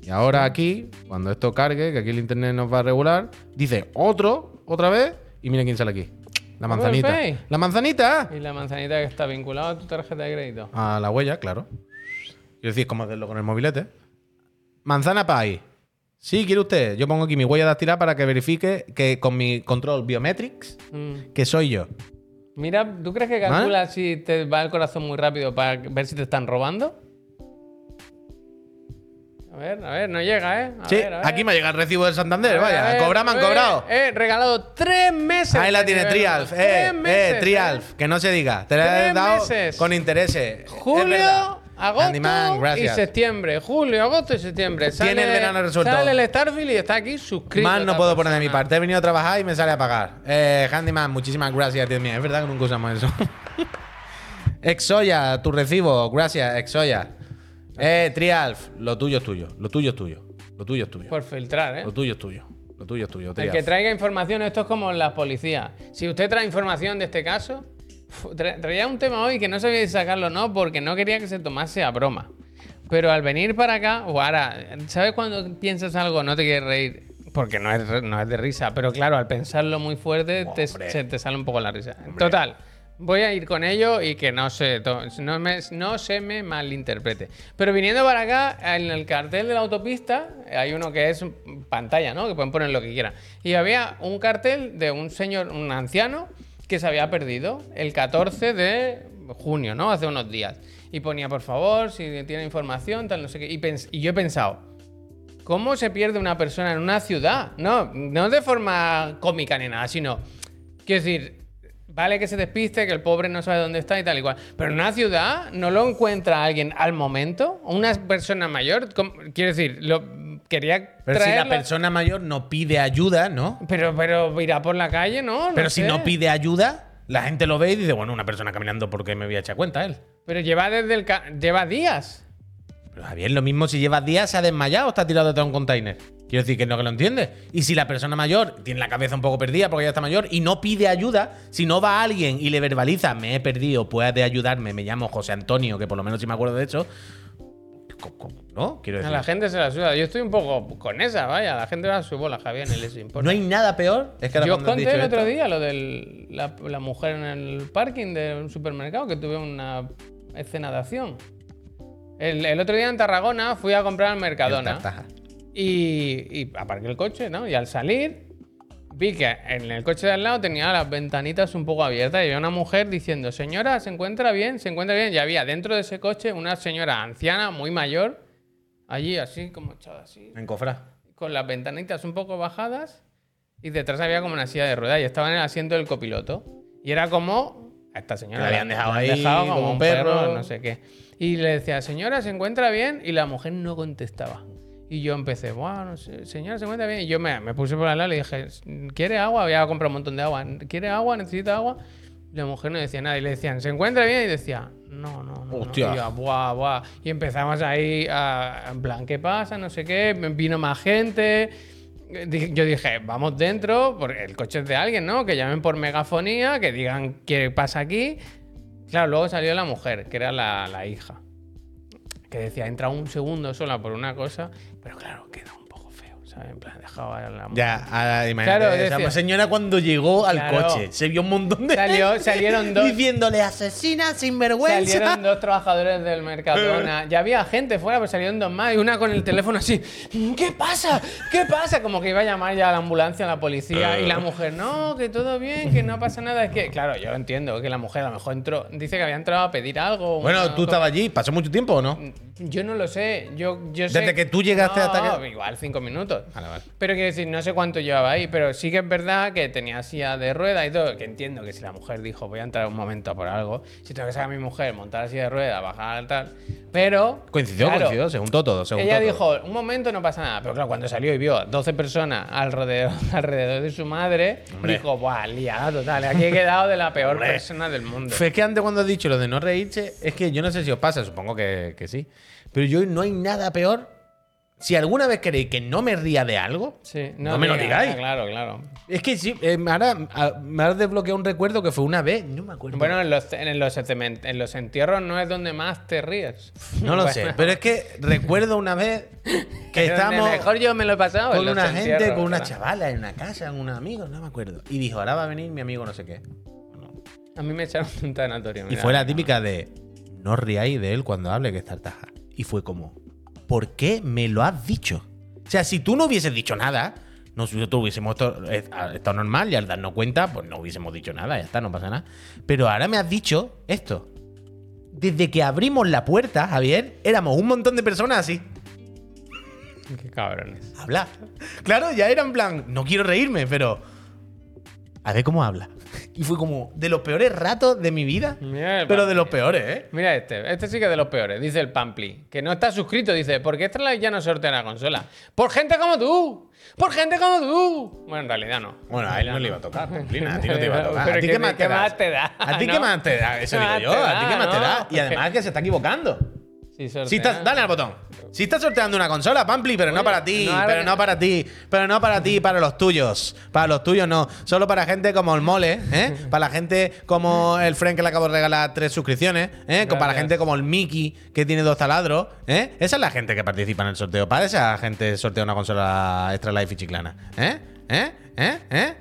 Y ahora aquí, cuando esto cargue, que aquí el internet nos va a regular, dice otro, otra vez, y mira quién sale aquí.
Apple
La manzanita.
Pay.
La manzanita. ah,
Y la manzanita que está vinculada a tu tarjeta de crédito.
A la huella, claro. Quiero decir, como hacerlo con el mobilete. Manzana Pie. Sí, quiere usted. Yo pongo aquí mi huella dactilar para que verifique que con mi control biometrics,
Mm.
que soy yo.
Mira, ¿tú crees que
¿Ah?
calcula si te va el corazón muy rápido para ver si te están robando? A ver, a ver, no llega, ¿eh? A
sí,
ver, a ver.
aquí me llega el recibo del
A
Santander.
ver,
Vaya,
a ver,
cobra, me han
a ver.
cobrado.
Eh, regalado tres meses.
Ahí la
de
tiene
nivel
Trialf,
uno.
eh,
Tres meses,
eh, Trialf, que no se diga. Te la he
Tres
dado
meses.
con intereses. Es verdad.
Julio, agosto
Candyman,
y
gracias.
septiembre. Julio, agosto y septiembre. Sale,
el verano resuelto.
Sale el Starfield y está aquí suscrito.
Más no
esta
puedo poner de mi
persona.
parte. He venido a trabajar y me sale a pagar. Eh, Handyman, muchísimas gracias, Dios mío. Es verdad que nunca usamos eso. Exoya, tu recibo. Gracias, Exoya. Eh, Trialf, lo tuyo es tuyo. Lo tuyo es tuyo. Lo tuyo es tuyo.
Por filtrar, ¿eh?
Lo tuyo es tuyo. Lo tuyo es tuyo,
El que
Trialf.
traiga información, esto es como las policías. Si usted trae información de este caso, fu- tra- traía un tema hoy que no sabía si sacarlo o no, porque no quería que se tomase a broma. Pero al venir para acá, o ahora, ¿sabes cuando piensas algo no te quieres reír? Porque no es, re- no es de risa, pero claro, al pensarlo muy fuerte te,
Hombre.
se te sale un poco la risa. Total, voy a ir con ello y que no se, to- no, me- no se me malinterprete. Pero viniendo para acá, en el cartel de la autopista hay uno que es pantalla, ¿no? Que pueden poner lo que quieran. Y había un cartel de un señor, un anciano, que se había perdido el 14 de junio, ¿no? Hace unos días. Y ponía, por favor, si tiene información, tal, no sé qué. Y, pens- y yo he pensado, ¿Cómo se pierde una persona en una ciudad? No, no de forma cómica ni nada, sino. Quiero decir, vale que se despiste, que el pobre no sabe dónde está y tal y cual. Pero en una ciudad no lo encuentra alguien al momento, una persona mayor. ¿cómo? Quiero decir, lo, quería.
Pero si la
traerla-
persona mayor no pide ayuda, ¿no?
Pero, pero irá por la calle, ¿no?
Pero si no
sé.
pide ayuda, la gente lo ve y dice, bueno, una persona caminando, ¿por qué me voy a echar cuenta él?
Pero lleva desde el. ca- Lleva días.
Pero Javier, lo mismo si llevas días, se ha desmayado o está tirado detrás de un container. Quiero decir que no que lo entiendes. Y si la persona mayor tiene la cabeza un poco perdida porque ya está mayor y no pide ayuda, si no va alguien y le verbaliza, me he perdido, puede ayudarme, me llamo José Antonio, que por lo menos si me acuerdo de eso, co- co- ¿no? Quiero
A
decir.
la gente se la suda. Yo estoy un poco con esa, vaya. La gente va a su bola, Javier, ni les importa.
No hay nada peor. Es que ahora
Yo os
cuando has
conté
dicho
el
esto-
otro día lo de la, la mujer en el parking de un supermercado que tuve una escena de acción. El, el otro día en Tarragona fui a comprar al
El
Mercadona
Tartaja.
y, y aparqué el coche, ¿no? Y al salir vi que en el coche de al lado tenía las ventanitas un poco abiertas y había una mujer diciendo, señora, ¿se encuentra bien? ¿Se encuentra bien? Y había dentro de ese coche una señora anciana, muy mayor, allí así como echada así,
En Cofra.
con las ventanitas un poco bajadas y detrás había como una silla de ruedas y estaba en el asiento del copiloto. Y era como... A esta señora
La habían dejado
la
ahí
como, un perro, no sé qué. Y le decía, señora, ¿se encuentra bien? Y la mujer no contestaba. Y yo empecé, bueno, señora, ¿se encuentra bien? Y yo me, me puse por al lado y le dije, ¿quiere agua? Había comprado un montón de agua. ¿Quiere agua? ¿Necesita agua? La mujer no decía nada. Y le decían, ¿se encuentra bien? Y decía, no, no, no, no.
Hostia.
Y yo, buah, buah. Y empezamos ahí, a, en plan, ¿qué pasa? No sé qué. Vino más gente. Eh, di- Yo dije, vamos dentro, porque el coche es de alguien, ¿no? Que llamen por megafonía, que digan qué pasa aquí. Claro, luego salió la mujer, que era la, la hija. Que decía, entra un segundo sola por una cosa, pero claro, queda un poco feo, ¿sabes? En plan, dejaba a la mujer.
Ya, ahora imagínate.
Claro,
esa
decía-
señora cuando llegó al
Claro.
coche se vio un montón de.
Salió-
gente
salieron dos-
Diciéndole asesina, sinvergüenza.
Salieron dos trabajadores del Mercadona. Ya había gente fuera, pero salieron dos más y una con el teléfono así. "Mm, ¿Qué pasa? ¿Qué pasa? Como que iba a llamar ya a la ambulancia, a la policía.
Eh.
Y la mujer, no, que todo bien, que no pasa nada. Es que, claro, yo entiendo que la mujer a lo mejor entró, dice que había entrado a pedir algo.
Bueno,
una
tú
cosa.
estabas allí, pasó mucho tiempo o no?
Mm. Yo no lo sé. Yo, yo sé-
Desde que tú llegaste
No,
hasta que-
Igual cinco minutos.
Ah, Vale, vale.
Pero quiero decir, no sé cuánto llevaba ahí, pero sí que es verdad que tenía silla de rueda y todo. Que entiendo que si la mujer dijo, voy a entrar un momento a por algo, si tengo que sacar a mi mujer, montar la silla de rueda, bajar, tal. Pero.
Coincidió,
claro,
coincidió, se juntó todo. Se
Ella
juntó todo.
dijo, un momento no pasa nada. Pero claro, cuando salió y vio a 12 personas alrededor, alrededor de su madre,
Hombre.
dijo, buah, liada total. Aquí he quedado de la peor persona del mundo.
Fue que antes cuando has dicho lo de no reírse, es que yo no sé si os pasa, supongo que, que sí. Pero yo no hay nada peor. Si alguna vez queréis que no me ría de algo,
Sí,
No me lo
diga nada,
digáis.
Claro, claro.
es que sí, eh, ahora ah, me has desbloqueado un recuerdo que fue una vez, no me acuerdo.
Bueno, en los, en, los, cemen- en los entierros no es donde más te ríes. Pues
no lo
Bueno,
sé, pero es que recuerdo una vez que
pero donde
estábamos
Mejor yo me lo he pasado. en
con
los
una gente,
entierros,
con una
¿verdad?
chavala en una casa, con unos amigos, no me acuerdo. Y dijo, ahora va a venir mi amigo no sé qué.
A mí me echaron de un tanatorio.
Y
mira.
fue la típica de no os riáis de él cuando hable que es tartaja. Y fue como, ¿por qué me lo has dicho? O sea, si tú no hubieses dicho nada, nosotros hubiésemos to- eh, a- estado normal y al darnos cuenta, pues no hubiésemos dicho nada, ya está, no pasa nada. Pero ahora me has dicho esto. Desde que abrimos la puerta, Javier, éramos un montón de personas así.
Qué cabrones.
Habla. Claro, ya era en plan, no quiero reírme, pero. A ver cómo habla. Y fue como, de los peores ratos de mi vida.
Mira el
Pero
Pampli.
de los peores, ¿eh?
Mira este. Este sí que es de los peores. Dice el Pampli. Que no está suscrito. Dice, ¿por qué Starlight ya no sortea la consola? ¡Por gente como tú! ¡Por gente como tú! Bueno, en realidad no.
Bueno, a él no le iba a tocar, Pamplina. A ti no te
Pero
iba a tocar.
que-
¿A ti
que
qué más te
más
da?
te da,
¿A ti
¿no?
qué más te da? Eso
¿Qué
digo
más
yo.
te
¿A ti
da,
qué más te
no?
da? Y además que se está equivocando.
Sí,
Si
sortea.
estás, dale al botón. Si estás sorteando una consola, Pampli, pero no para ti,
no, ahora
pero
que-
no para ti, pero no para ti, para los tuyos. Para los tuyos no. Solo para gente como el Mole, ¿eh? Para la gente como el Frank que le acabo de regalar tres suscripciones, ¿eh? Para la
Gracias.
gente como el Mickey que tiene dos taladros, ¿eh? Esa es la gente que participa en el sorteo. Para esa gente sortea una consola Extra Life y Chiclana, ¿eh? ¿eh? ¿eh? ¿eh?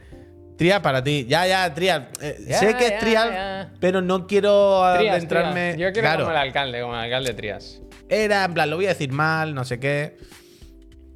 Trial para ti. Ya, ya, trial. Eh,
Ya,
sé que es
ya,
trial,
ya.
pero no quiero
Trías,
adentrarme.
Trías. Yo quiero
Claro.
como el alcalde, como el alcalde Trias.
Era, en plan, lo voy a decir mal, no sé qué.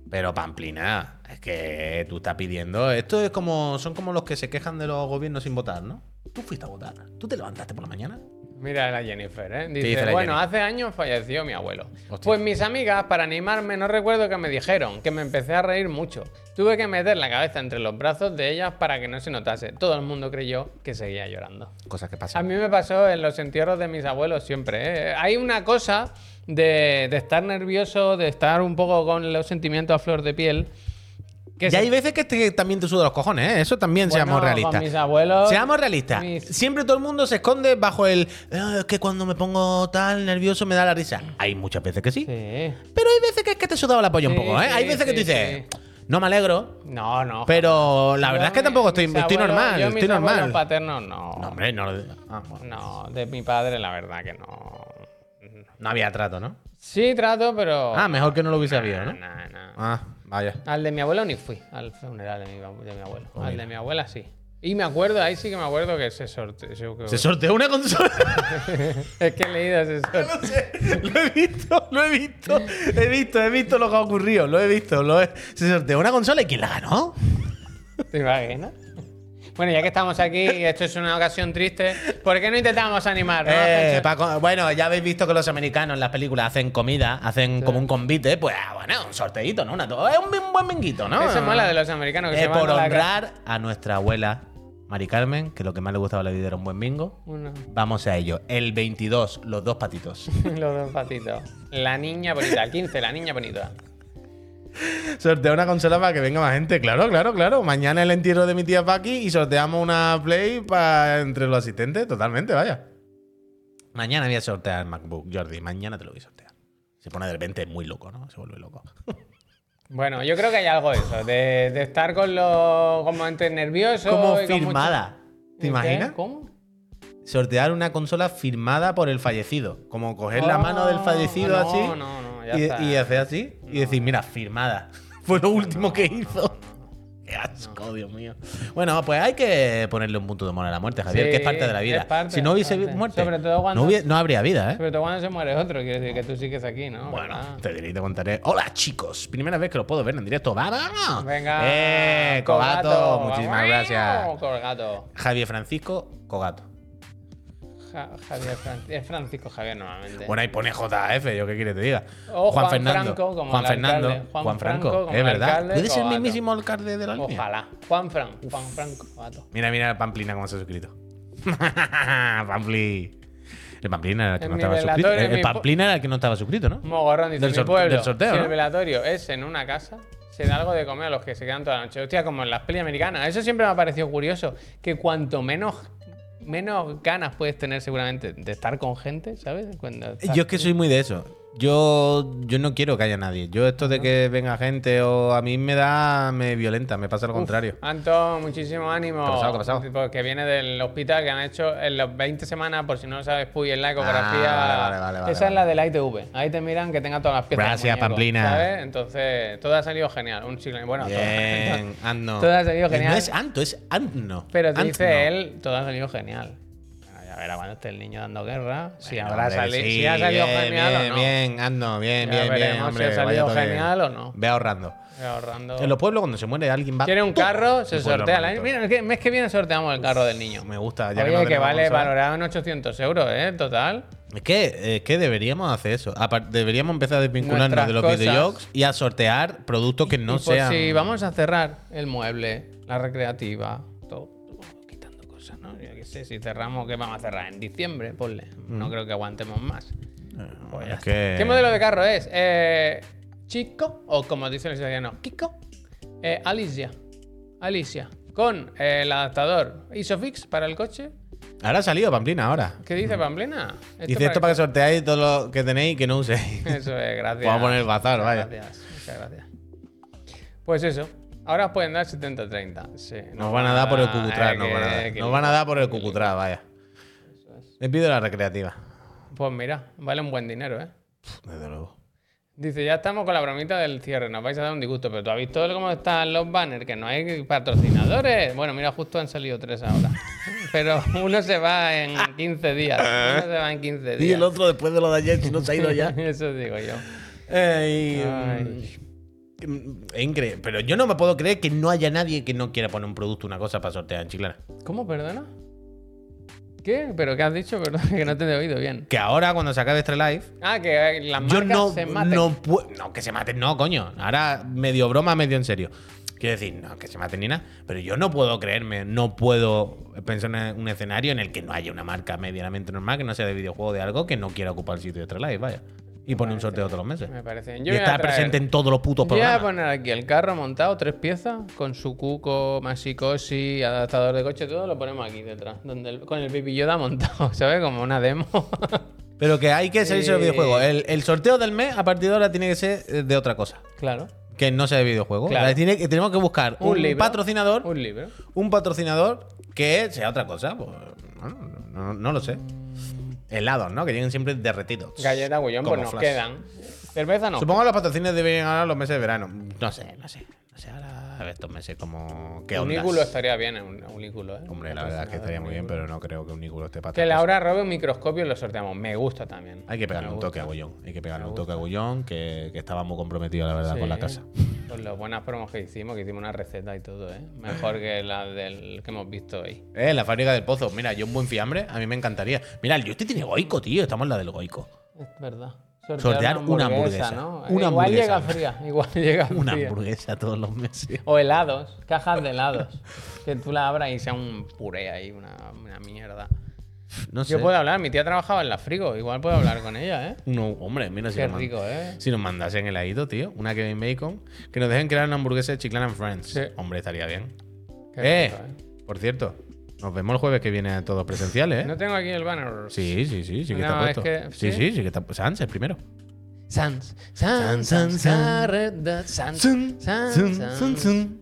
Pero Pamplina, es que tú estás pidiendo. Esto es como. Son como los que se quejan de los gobiernos sin votar, ¿no? Tú fuiste a votar. Tú te levantaste por la mañana.
Mira a la Jennifer, ¿eh? Dice,
dice la
bueno,
Jenny?
hace años falleció mi abuelo.
Hostia.
Pues mis amigas, para animarme, no recuerdo que me dijeron, que me empecé a reír mucho. Tuve que meter la cabeza entre los brazos de ellas para que no se notase. Todo el mundo creyó que seguía llorando.
Cosas que
A
pasan.
mí me pasó en los entierros de mis abuelos siempre. ¿eh? Hay una cosa de, de estar nervioso, de estar un poco con los sentimientos a flor de piel. Que
Y
se-
hay veces que te- también te suda los cojones, ¿eh? Eso también
Bueno,
seamos
con
realistas.
mis abuelos,
Seamos realistas.
mis-
Siempre todo el mundo se esconde bajo el. "Ah, es que cuando me pongo tal nervioso me da la risa. Hay muchas veces que
Sí.
sí. Pero hay veces que es que te sudaba la polla
Sí,
un poco, ¿eh? hay
sí,
veces que tú
sí,
dices,
sí.
no me alegro,
No, no.
pero la
Yo,
verdad es que
mi-
tampoco estoy,
mis
estoy
abuelos-
normal.
yo mis
estoy
abuelos
normal.
paternos no.
No, hombre, no lo de- ah, bueno.
No, de mi padre la verdad que no.
No había trato, ¿no?
Sí, trato, pero.
Ah, mejor que no lo hubiese habido, ¿no?
Nah, nah.
Ah, vaya.
Al de mi abuelo ni fui, al funeral de mi, de mi abuelo.
Oh,
al de mi abuela sí. Y me acuerdo, ahí sí que me acuerdo que se sorteó.
Se sorteó una consola.
es que he leído ese sorteo.
No sé, lo he visto, lo he visto. He visto, he visto lo que ha ocurrido. Lo he visto. Lo he- Se sorteó una consola y ¿quién la ganó?
¿Te imaginas? Bueno, ya que estamos aquí y esto es una ocasión triste, ¿por qué no intentamos animar? no?
Eh, pa' co- bueno, ya habéis visto que los americanos en las películas hacen comida, hacen como un convite, pues ah, bueno, un sorteito, ¿no? Una to- es un, un buen minguito, ¿no?
Eso es mola de los americanos que
Eh,
se van
por
a la
honrar a nuestra abuela Mari Carmen, que lo que más le gustaba de la vida era un buen bingo.
Uno.
Vamos a ello. El 22, los dos patitos.
Los dos patitos. La niña bonita, el 15, la niña bonita.
Sortea una consola para que venga más gente. Claro, claro, claro. Mañana el entierro de mi tía Paqui y sorteamos una Play para entre los asistentes. Totalmente, vaya. Mañana voy a sortear el MacBook, Jordi. Mañana te lo voy a sortear. Se pone de repente muy loco, ¿no? Se vuelve loco.
Bueno, yo creo que hay algo de eso, de, de estar con los como entre nerviosos.
Como
y con mucho-
firmada. ¿Te
¿Qué?
imaginas?
¿Cómo?
Sortear una consola firmada por el fallecido. Como coger la mano del
Oh,
fallecido
no,
así.
no, no, ya
y,
está.
y hacer así. Y decir, mira, firmada. Fue lo último que hizo. Qué asco, Dios mío. Bueno, pues hay que ponerle un punto de amor a la muerte, Javier,
Sí,
que es parte de la vida.
es parte,
si no hubiese
parte.
muerte,
Sobre todo cuando-
no, hubie- no habría vida, ¿eh?
Sobre todo cuando se muere otro, quiero decir que tú sigues aquí, ¿no?
Bueno,
¿Verdad?
te diré y te contaré. Hola, chicos. Primera vez que lo puedo ver en directo. ¡Vamos!
Venga.
¡Eh, Cogato! Muchísimas
Guau,
gracias.
Colgato.
Javier Francisco, Cogato.
Ja- Javier Fran- es Francisco Javier normalmente.
Bueno, ahí pone JF, yo qué quiere que te diga.
Este. O Juan
Fernando.
Franco como
Juan
el
Fernando.
alcalde.
Juan,
Juan
Franco.
Franco como
es
el
verdad.
alcalde,
Puede ser el
Cogato.
mismísimo alcalde de la línea.
Ojalá. Juan Fran, Juan Franco, gato.
Mira, mira Pamplina cómo se ha suscrito. Pampli. El Pamplina era el que
En
no
mi
estaba
velatorio,
suscrito.
en
El, el
mi po-
Pamplina era el que no estaba suscrito, ¿no?
Mogorrón dice,
Del
mi
sor-
pueblo,
del sorteo,
si
¿no?
el velatorio es en una casa, se da algo de comer a los que se quedan toda la noche. Hostia, como en las pelis americanas. Eso siempre me ha parecido curioso, que cuanto menos menos ganas puedes tener seguramente de estar con gente, ¿sabes? Cuando estás-
Yo es que soy muy de eso. Yo, yo no quiero que haya nadie. Yo esto de que venga gente o a mí me da, me violenta, me pasa lo contrario.
Anto, muchísimo ánimo.
¿Qué ha pasado? ¿Qué ha pasado?
Porque viene del hospital que han hecho en las 20 semanas, por si no lo sabes, Puy, en la ecografía.
Ah, vale, vale, vale,
Esa
vale.
es la de la ITV. Ahí te miran que tenga todas las piezas. del
Gracias,
muñeco,
Pamplina.
¿sabes? Entonces, todo ha salido genial. Un chicle. Bueno, todo.
Bien, Anno.
Todo ha salido
Y
genial.
No es Anto, es Anno.
Pero
Antno.
dice él, todo ha salido genial. Bueno, ya verá cuando esté el niño dando guerra. si,
Bueno,
habrá
hombre,
sali-
sí,
si ha salido
bien,
genial
bien,
o no.
Bien, Anno, bien,
Ya
bien, bien.
veremos si
Hombre,
ha salido
vaya toque.
genial o no.
Ve ahorrando.
Voy Ahorrando.
En los pueblos, cuando se muere alguien, va.
Quiere un carro,
Un
se
pueblo
sortea. La...
hermanito.
Mira, el que- el mes que viene sorteamos el carro del niño.
Me gusta. Ya
Oye,
no
que,
tenemos ¿eh?
vale
consola.
valorado en 800 euros, ¿eh? En Total.
Es que, es que deberíamos hacer eso. Apar- deberíamos empezar a desvincularnos
Nuestras
de los
cosas.
videojuegos y a sortear productos que no
Y por
sean.
si vamos a cerrar el mueble, la recreativa, todo. vamos Quitando cosas, ¿no? Yo qué sé, si cerramos, ¿qué vamos a cerrar? En diciembre, ponle. No creo que aguantemos más.
Pues Mm. es que-
¿Qué modelo de carro es? Eh, Chico, o como dicen los italianos, Kiko. Eh, Alicia. Alicia. Con eh, el adaptador ISOFIX para el coche.
Ahora ha salido Pamplina, ahora.
¿Qué dice Pamplina? Esto
Mm. Dice esto para que sorteáis todo lo que tenéis y que no uséis.
Eso es, gracias.
Vamos a poner el bazar,
Muchas
vaya.
Gracias, muchas gracias. Pues eso. Ahora os pueden dar 70-30. Sí,
Nos van a dar por el cucutrá,
eh,
nos van a dar.
que-
Nos van a dar por el cucutrá, vaya. Me pido la recreativa.
Pues mira, vale un buen dinero, ¿eh?
Desde luego.
Dice, ya estamos con la bromita del cierre, nos vais a dar un disgusto, pero tú has visto cómo están los banners, que no hay patrocinadores. Bueno, mira, justo han salido tres ahora. Pero uno se va en 15 días. Uno se va en 15 días.
otro después de lo de ayer, si no se ha ido
Eso digo yo. Ay.
Es mm, increíble. Pero yo no me puedo creer que no haya nadie que no quiera poner un producto, una cosa para sortear en Chiclana.
¿Cómo, perdona? ¿Qué? ¿Pero qué has dicho? Perdón, que no te he oído bien.
Que ahora, cuando se acabe este live,
Ah, que eh, las
yo
marcas
no,
se maten.
no puedo. No, que se maten, no, coño. Ahora, medio broma, medio en serio. Quiero decir, no, que se maten ni nada. Pero yo no puedo creerme, no puedo pensar en un escenario en el que no haya una marca medianamente normal, que no sea de videojuego de algo, que no quiera ocupar el sitio de Astralife, vaya. Y poner un sorteo todos los meses.
Me parece bien.
Y
Yo voy a
estar
traer-
presente en todos los putos
yo voy a
programas.
poner aquí el carro montado, tres piezas, con su cuco, masicosi, adaptador de coche, todo lo ponemos aquí detrás, donde el- con el pipi Yoda montado, ¿sabes? Como una demo.
Pero que hay que salirse de los
Eh.
videojuegos. El, el sorteo del mes, a partir de ahora, tiene que ser eh, de otra cosa.
claro.
Que no sea de videojuego.
Claro.
O sea, tiene que- tenemos que buscar
Un
un,
libro.
patrocinador.
Un libro.
un patrocinador que sea otra cosa. Pues, bueno, no, no lo sé. helados, ¿no? Que lleguen siempre derretidos.
Galletas Gullón, pues
Como
nos
flash.
quedan. Cerveza no.
Supongo que los patrocinios deberían ahora los meses de verano. No sé, no sé. No sé, ahora a ver estos meses como... ¿Qué
un
ondas?
ículo estaría bien, un, un ículo, ¿eh?
Hombre,
No
la
pasa
verdad es que
nada,
estaría
un
muy bien,
ículo.
pero no creo que un ículo esté para
Que
tantas
Laura robe un microscopio y lo sorteamos. Me gusta también.
Hay que pegarle
Me
un
gusta.
toque a Gullón. Hay que pegarle
Me
un toque a
gusta.
Gullón, que, que estaba muy comprometido, la verdad,
Sí.
con la casa.
Con las buenas promos que hicimos, que hicimos una receta y todo, ¿eh? Mejor que la del que hemos visto hoy.
Eh, la fábrica del pozo. Mira, yo un buen fiambre, a mí me encantaría. Mira, el Justi tiene goico, tío. Estamos en la del goico.
Es verdad.
Sortear una hamburguesa,
¿no?
una
igual
hamburguesa.
llega fría, igual llega fría.
Una hamburguesa todos los meses.
O helados, cajas de helados. que tú la abras y sea un puré ahí, una, una mierda.
No sé.
Yo puedo hablar, mi tía trabajaba en la frigo, igual puedo hablar con ella, ¿eh?
No, hombre, mira si
Qué
nos man-
rico, ¿eh?
Si nos mandasen heladito, tío. Una Kevin Bacon. Que nos dejen crear una hamburguesa de Chiclana and Friends.
Sí.
Hombre, estaría bien.
Qué
eh,
rico,
por cierto, nos vemos el jueves que viene a todos presenciales, ¿eh?
No tengo aquí el banner.
Sí, sí, sí, sí que
No,
está
es
puesto.
que-
Sí,
¿sí?
sí, sí que está Sánchez primero.
Sans, sans,
Sans,
sans,
sans, sans.
sans, sans,
Zun,
sans,
zun,
sans.
zun, zun.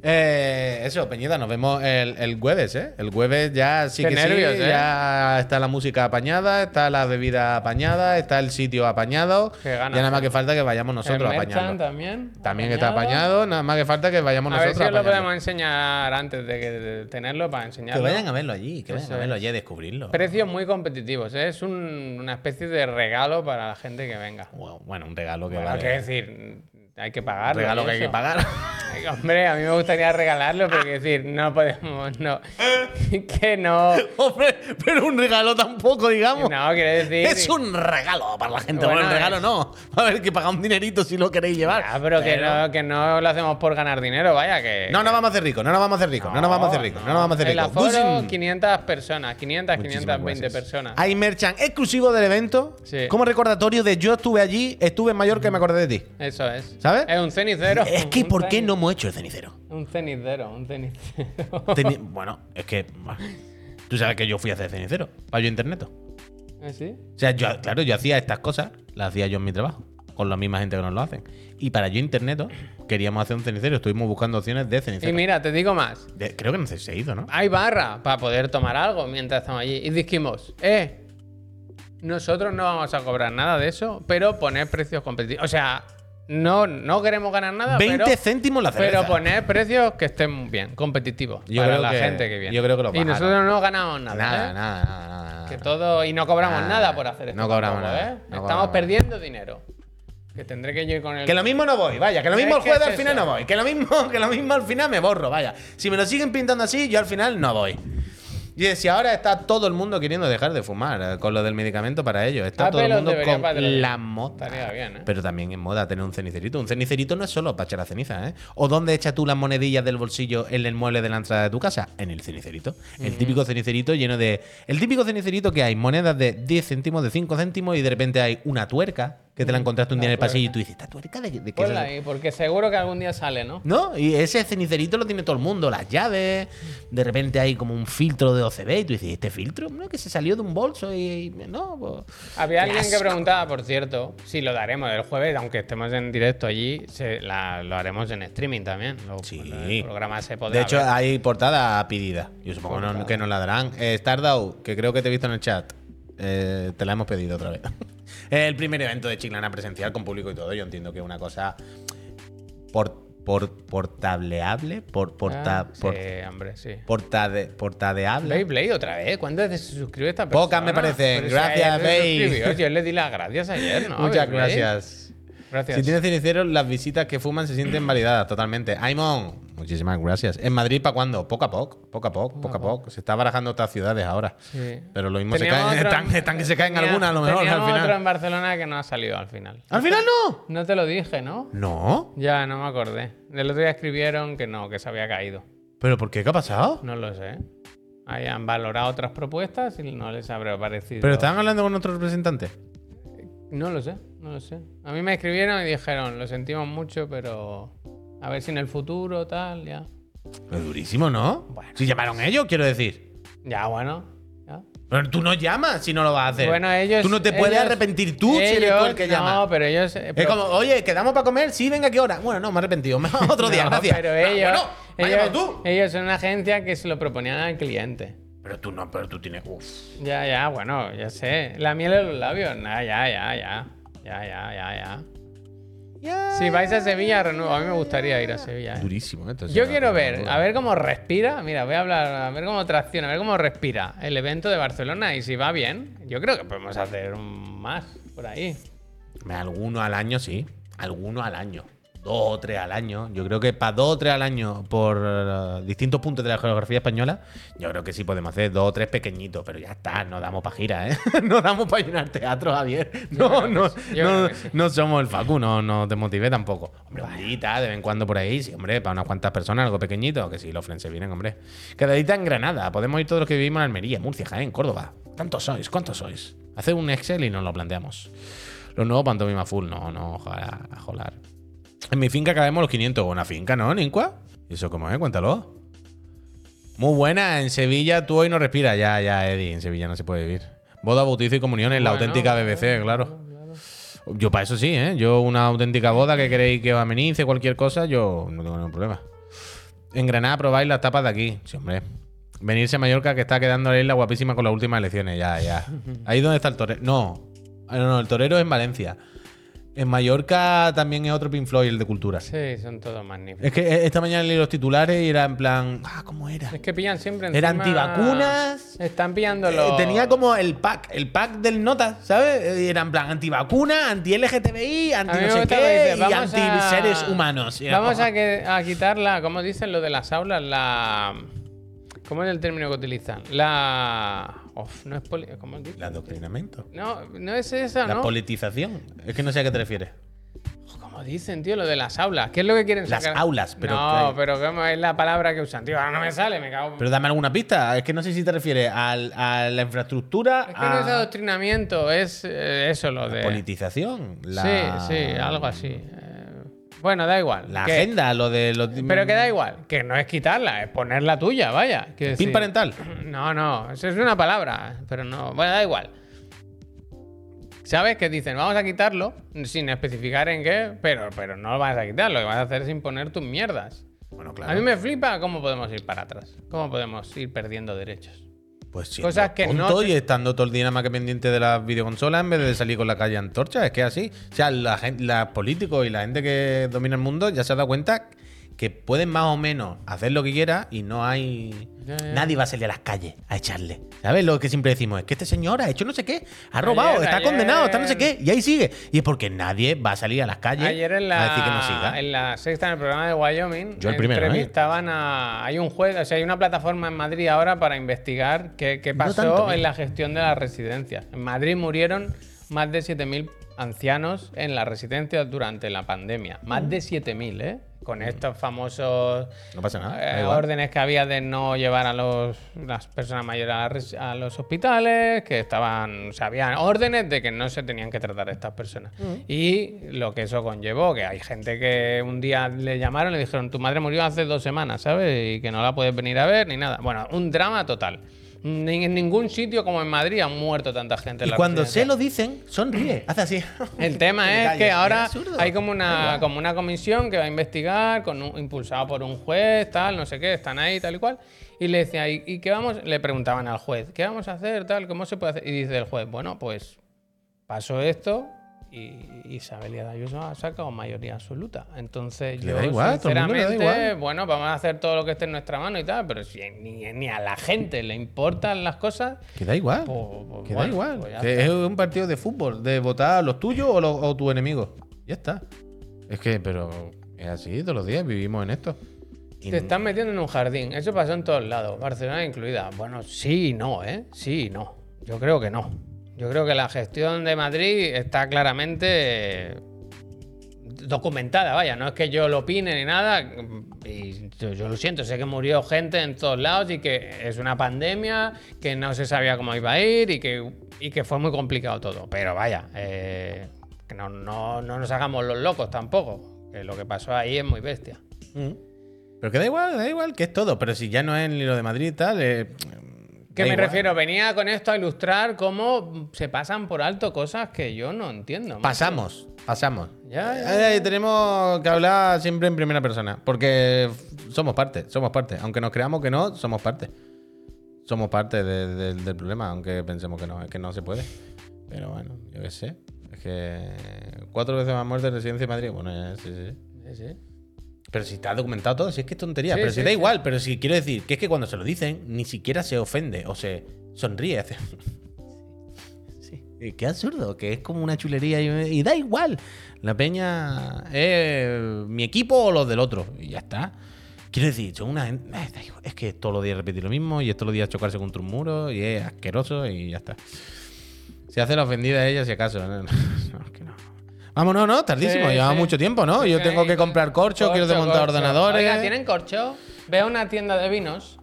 Eh, eso, Peñita, nos vemos el, el jueves, ¿eh? El jueves ya sí
Qué
que sí,
nervios, ¿eh?
ya está la música apañada, está la bebida apañada, está el sitio apañado.
Qué ganas,
ya nada más
tío.
que falta que vayamos
El
nosotros
merchan
apañando.
también.
También está apañado, nada más que falta que vayamos
A ver si
nosotros
os lo
apañando.
podemos enseñar antes de, que- de tenerlo para
Que
enseñarlo.
vayan a verlo allí, que vayan
Eso
a verlo
es.
allí a descubrirlo.
Precios muy competitivos, ¿eh? es un- una especie de regalo para la gente que venga.
Bueno, un regalo que
Bueno,
vale.
quiero decir, hay que pagar.
Un regalo que hay que pagar.
Hombre, a mí me gustaría regalarlo, pero quiero decir, no podemos, no. que no.
Hombre, pero un regalo tampoco, digamos.
No, quiero decir.
Es un regalo para la gente. Bueno,
Bueno,
un regalo
es-
no. A ver, que paga un dinerito si lo queréis llevar.
Ah, pero que no, que no lo hacemos por ganar dinero, vaya que.
No nos vamos a hacer ricos, no nos vamos a hacer ricos, no, nos vamos a hacer ricos, no, nos vamos a hacer
El
ricos.
aforo,
Busin.
500 personas, 500,
Muchísimas
520
gracias.
personas.
Hay merchant exclusivo del evento.
Sí.
Como recordatorio de yo estuve allí, estuve en Mallorca y me acordé de ti.
Eso es.
¿Sabes?
Es un cenicero.
es que,
Un
¿por qué
ceni-
no hemos hecho el cenicero?
Un cenicero, un cenicero.
Teni- bueno, es que. bueno, Tú sabes que yo fui a hacer cenicero, para yo internet. O
¿Ah, sí?
sea, yo, claro, yo hacía estas cosas, las hacía yo en mi trabajo, con la misma gente que nos lo hacen. Y para yo internet queríamos hacer un cenicero, estuvimos buscando opciones de
Y
cenicero.
mira, te digo más.
De- creo que no sé si se hizo, ¿no?
hay barra para poder tomar algo mientras estamos allí. Y dijimos, eh, nosotros no vamos a cobrar nada de eso, pero poner precios competitivos. O sea, no, no queremos ganar nada,
20
Ah, pero,
céntimos la cerveza.
pero pues poner precios que estén bien, competitivos
Yo
para
creo
la
que-
gente que viene.
yo creo que lo
y
bajaron.
nosotros no ganamos nada.
Nada,
¿eh?
nada, nada, nada, nada.
Que todo, y no cobramos
Nada,
nada por hacer esto.
no cobramos
tampoco, ¿eh?
nada, no
Estamos
cobramos
perdiendo dinero. Que tendré que ir con el.
Que lo mismo no voy, vaya, que lo
Es
mismo el
que
jueves
es
al final
eso.
no voy, que lo mismo, que lo mismo al final me borro, vaya. Si me lo siguen pintando así, yo al final no voy. Y si ahora está todo el mundo queriendo dejar de fumar eh, con lo del medicamento para ellos. Está
Apple
todo el
los
mundo
Ah, debería
con
patrocinar.
la mota.
Estaría bien, ¿eh?
Pero también es moda tener un cenicerito. Un cenicerito no es solo para echar la ceniza, ¿eh? ¿O dónde echas tú las monedillas del bolsillo en el mueble de la entrada de tu casa? En el cenicerito. El típico cenicerito lleno de. El típico cenicerito que hay monedas de 10 céntimos, de 5 céntimos y de repente hay una tuerca que te la encontraste un día en el pasillo y tú dices, ¿esta tuerca de, de qué es
Ponla ahí, porque seguro que algún día sale, ¿no?
¿No? Y ese cenicerito lo tiene todo el mundo, las llaves. De repente hay como un filtro de OCB y tú dices, ¿este filtro? No, que se salió de un bolso y. y- no, pues.
Había
Qué
alguien que
asco.
preguntaba, por cierto, si lo daremos el jueves, aunque estemos en directo allí, se- la- lo haremos en streaming también. Lo-
Sí.
El programa se podrá
De hecho,
ver.
hay portada pedida. Yo supongo no- que nos la darán. Eh, Stardow, que creo que te he visto en el chat. eh, te la hemos pedido otra vez. el primer evento de Chiclana presencial con público y todo. Yo entiendo que es una cosa por, por, portableable, por, porta,
Ah,
por-
sí, hombre, sí.
portade- portadeable.
Blade, Blade otra vez. ¿Cuántas veces se suscribe esta persona?
Pocas me parecen.
Pero si ayer
Gracias,
se
Blade.
suscribió, Yo le di las gracias ayer, ¿no?
Muchas
Blade.
gracias.
Gracias.
Si tienes cenicero, las visitas que fuman se sienten validadas totalmente. Aimon, muchísimas gracias. ¿En Madrid para cuándo? Poco a poco, poco a poco, poco a poco. Se está barajando otras ciudades ahora.
Sí.
Pero lo mismo se
Teníamos
caen,
otro-
están, están que se caen
tenía-
algunas a lo mejor al
teníamos otro
final.
en Barcelona que no ha salido al final.
¡Al final no!
No te lo dije, ¿no?
No.
Ya, no me acordé. Del otro día escribieron que no, que se había caído.
¿Pero por qué? ¿Qué ha pasado?
No lo sé. Hayan valorado otras propuestas y no les habrá parecido.
¿Pero estaban hablando con otro representante?
No lo sé, no lo sé. A mí me escribieron y dijeron, lo sentimos mucho, pero a ver si en el futuro tal, ya.
Pero durísimo, ¿no? Si llamaron ellos, quiero decir.
Ya, bueno. ya.
Pero tú no llamas si no lo vas a hacer.
Bueno, ellos...
Tú no te puedes
ellos-
arrepentir tú si eres tú el que
ellos-
llama.
No, pero ellos... eh,
Es
pero-
como, oye, quedamos para comer, sí, venga, ¿qué hora? Bueno, no, me he arrepentido. Otro día,
no,
gracias.
Pero
Ah,
ellos...
bueno, me has llamado
ellos,
tú.
ellos son una agencia que se lo proponían al cliente.
Pero tú no, pero tú tienes. Uf.
Ya, ya, bueno, ya sé. La miel en los labios. Nah, ya, ya, ya. Ya, ya, ya, ya. Si vais a Sevilla, renuevo. A mí me gustaría ir a Sevilla. eh.
Durísimo, ¿eh? Esta
Yo
ciudad,
quiero
no
ver,
duda.
a ver cómo respira. Mira, voy a hablar, a ver cómo tracciona, a ver cómo respira el evento de Barcelona. Y si va bien, yo creo que podemos hacer un más por ahí.
Me- Alguno al año, sí. Alguno al año. Dos o tres al año. Yo creo que para dos o tres al año por eh, distintos puntos de la geografía española, yo creo que sí podemos hacer dos o tres pequeñitos, pero ya está, no damos para gira, ¿eh? no damos para llenar teatro, Javier. No,
creo que
no,
sí, yo creo
no,
que sí.
no somos el Facu, no, no te motive tampoco. Hombre, una horita de vez en cuando por ahí, sí, hombre, para unas cuantas personas, algo pequeñito, que si los friends se vienen, hombre. Quedadita en Granada, podemos ir todos los que vivimos en Almería, Murcia, Jaén, Córdoba. ¿Cuántos sois? ¿Cuántos sois? Haced un Excel y nos lo planteamos. Los nuevos pantomima full, no, no, ojalá, a jolar. En mi finca cabemos los 500. Buena finca, ¿no, Nincua? ¿Y eso cómo es? Cuéntalo. Muy buena, en Sevilla tú hoy no respiras. Ya, ya, Eddie, en Sevilla no se puede vivir. Boda, bautizo y comunión en la
Bueno,
auténtica
claro,
BBC, claro. Yo para eso sí, ¿eh? Yo una auténtica boda que queréis que os amenice, cualquier cosa, yo no tengo ningún problema. En Granada probáis las tapas de aquí. Sí, hombre. Venirse a Mallorca que está quedando la isla guapísima con las últimas elecciones. Ya, ya. Ahí donde está el torero. No. Ah, No, no, el torero es en Valencia. En Mallorca también es otro Pink Floyd, el de cultura.
Sí, son todos magníficos.
Es que eh, esta mañana leí los titulares y era en plan. Ah, ¿cómo era?
Es que pillan siempre
Era
encima-
antivacunas.
Están pillando
Eh,
los...
tenía como el pack, el pack del nota, ¿sabes? Eh, Era en plan antivacuna, anti-LGTBI,
A mí
anti
me
no sé
gusta lo
qué
que dice,
y
vamos
anti
a-
seres humanos. Y era
Vamos
como,
a, que- a quitar la... ¿Cómo dicen lo de las aulas? La... ¿Cómo es el término que utilizan? La... Uf, no es poli... ¿Cómo
El
dicen?
adoctrinamiento.
No, no es esa,
La
¿no?
politización. Es que no sé a qué te refieres.
¿Cómo dicen, tío? Lo de las aulas. ¿Qué es lo que quieren
Las
sacar?
aulas, pero
No,
que-
pero ¿cómo es la palabra que usan? Tío, ahora no me sale, me cago. en-
Pero dame alguna pista. Es que no sé si te refieres al- a la infraestructura,
es que no es
a
adoctrinamiento, es eh, eso lo de.
ah. la politización, la,
Sí, sí, algo así. Eh, bueno, da igual.
la
que-
agenda, lo de los.
Pero que da igual, que no es quitarla, es ponerla tuya, vaya. Quiero
Pin
decir-
parental.
No, no, eso es una palabra, pero no, bueno, da igual. ¿Sabes que dicen? Vamos a quitarlo, sin especificar en qué, pero, pero no lo vas a quitar, lo que vas a hacer es imponer tus mierdas.
Bueno,
A
claro.
mí me flipa cómo podemos ir para atrás, cómo podemos ir perdiendo derechos.
Pues sí.
cosas que no
y estando todo el día nada más que pendiente de las videoconsolas en vez de salir con la calle antorcha. Es que es así. O sea, la gente, los políticos y la gente que domina el mundo ya se ha dado cuenta que pueden más o menos hacer lo que quiera y no hay.
Ya, ya.
Nadie va a salir a las calles a echarle. ¿Sabes? Lo que siempre decimos es que este señor ha hecho no sé qué, ha robado,
Ayer,
está
ayer.
condenado, está no sé qué, y ahí sigue. Y es porque nadie va a salir a las calles
Ayer en la,
a decir que no siga.
en la sexta, en el programa de Wyoming,
Yo el primero, ¿eh?
entrevistaban a... Hay un juez, o sea, hay una plataforma en Madrid ahora para investigar qué, qué
No
pasó
tanto, ¿eh? mira.
en la gestión de las residencias. En Madrid murieron más de 7.000 ancianos en las residencias durante la pandemia. Más de 7.000, ¿eh? Con estos famosos
No pasa nada.
eh,
da igual.
órdenes que había de no llevar a los, las personas mayores a, la res- a los hospitales, que estaban, o sea, habían órdenes de que no se tenían que tratar a estas personas. Y lo que eso conllevó, que hay gente que un día le llamaron y le dijeron, tu madre murió hace dos semanas, ¿sabes? Y que no la puedes venir a ver ni nada. Bueno, un drama total. Ni- en ningún sitio como en Madrid han muerto tanta gente. en
Y
la
cuando
residencia.
se lo dicen, sonríe. Hace así.
El tema
Detalles,
es que
es
ahora
absurdo.
hay como una, como una comisión que va a investigar, con un- impulsada por un juez, tal, no sé qué, están ahí, tal y cual. Y le decía, ¿y, y qué vamos? Le preguntaban al juez, ¿qué vamos a hacer? Tal, ¿cómo se puede hacer? Y dice el juez, bueno, pues pasó esto y Isabel y Ayuso ha sacado mayoría absoluta. Entonces
Le
yo,
da igual, todo el mundo le da
sinceramente,
igual.
bueno, vamos a hacer todo lo que esté en nuestra mano y tal, pero si ni, ni a la gente le importan las cosas,
Que da igual.
pues, pues,
Que da
bueno,
igual.
pues ya
Que es un partido de fútbol, de votar a los tuyos o, los, o tus enemigos. Ya está. Es que, pero es así, todos los días vivimos en esto. Y
Te están metiendo en un jardín. Eso pasó en todos lados, Barcelona incluida. Bueno, sí y no, ¿eh? Sí y no. Yo creo que no. Yo creo que la gestión de Madrid está claramente eh, documentada, vaya. No es que yo lo opine ni nada. Y yo, yo lo siento, sé que murió gente en todos lados y que es una pandemia, que no se sabía cómo iba a ir y que, y que fue muy complicado todo. Pero vaya, eh, que no, no- no nos hagamos los locos tampoco. Que lo que pasó ahí es muy bestia.
Mm. Pero que da igual, da igual, que es todo. Pero si ya no es ni lo de Madrid y tal. eh,
Que
da
me
igual.
refiero, venía con esto a ilustrar cómo se pasan por alto cosas que yo no entiendo. macho.
Pasamos, pasamos.
Ya, ya,
Eh, tenemos que hablar siempre en primera persona. Porque f- somos parte, somos parte. Aunque nos creamos que no, somos parte. somos parte de- de- del problema, aunque pensemos que no, es que no se puede. Pero bueno, yo qué sé. Es que cuatro veces más muertes en residencia de Madrid. Bueno, ya, sí, sí. sí.
Sí, sí.
Pero si está documentado todo, si es que es tontería.
Sí,
pero si
sí,
da
sí.
igual, pero si quiero decir que es que cuando se lo dicen, ni siquiera se ofende o se sonríe. hace- Sí. Eh, Qué absurdo, que es como una chulería y, y da igual. La peña es mi equipo o los del otro. Y ya está. Quiero decir, son una gen- eh, da igual, Es que todos los días repetir lo mismo y es todos los días chocarse contra un muro y es asqueroso y ya está. Se hace la ofendida a ella si acaso. No, no, no, es que no. Vámonos, no, tardísimo.
Sí,
Lleva
sí.
mucho tiempo, ¿no?
Sí,
Yo tengo que
hay-
comprar corcho, quiero
corcho,
desmontar
corcho.
ordenadores.
Oiga, ¿tienen corcho? Ve a una tienda de vinos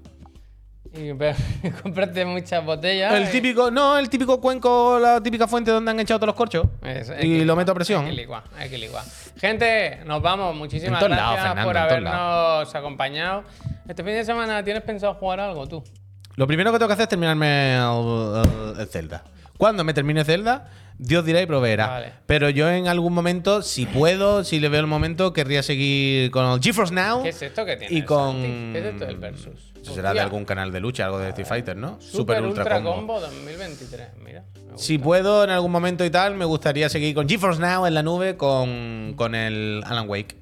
y ve- cómprate muchas botellas.
El
y-
típico, no, el típico cuenco, la típica fuente donde han echado todos los corchos.
Es- hay
y
que-
lo meto a
hay
presión.
que licuar, hay que licuar. Gente, nos vamos. Muchísimas
En todos
gracias
lados, Fernando,
por
en todos
habernos acompañado. Este fin de semana, ¿tienes pensado jugar algo tú?
Lo primero que tengo que hacer es terminarme el, el- el Zelda. Cuando me termine Zelda, Dios dirá y proveerá.
Vale.
Pero yo en algún momento, si puedo, si le veo el momento, querría seguir con el GeForce Now.
¿Qué es esto que tienes?
Y con.
Santi? ¿Qué es esto del Versus?
Eso será de
Hostia.
algún canal de lucha, algo de Street Fighter, ¿no?
Super, Ultra, combo. 2023. Mira. me gusta.
Si puedo en algún momento y tal, me gustaría seguir con GeForce Now en la nube con, con el Alan Wake.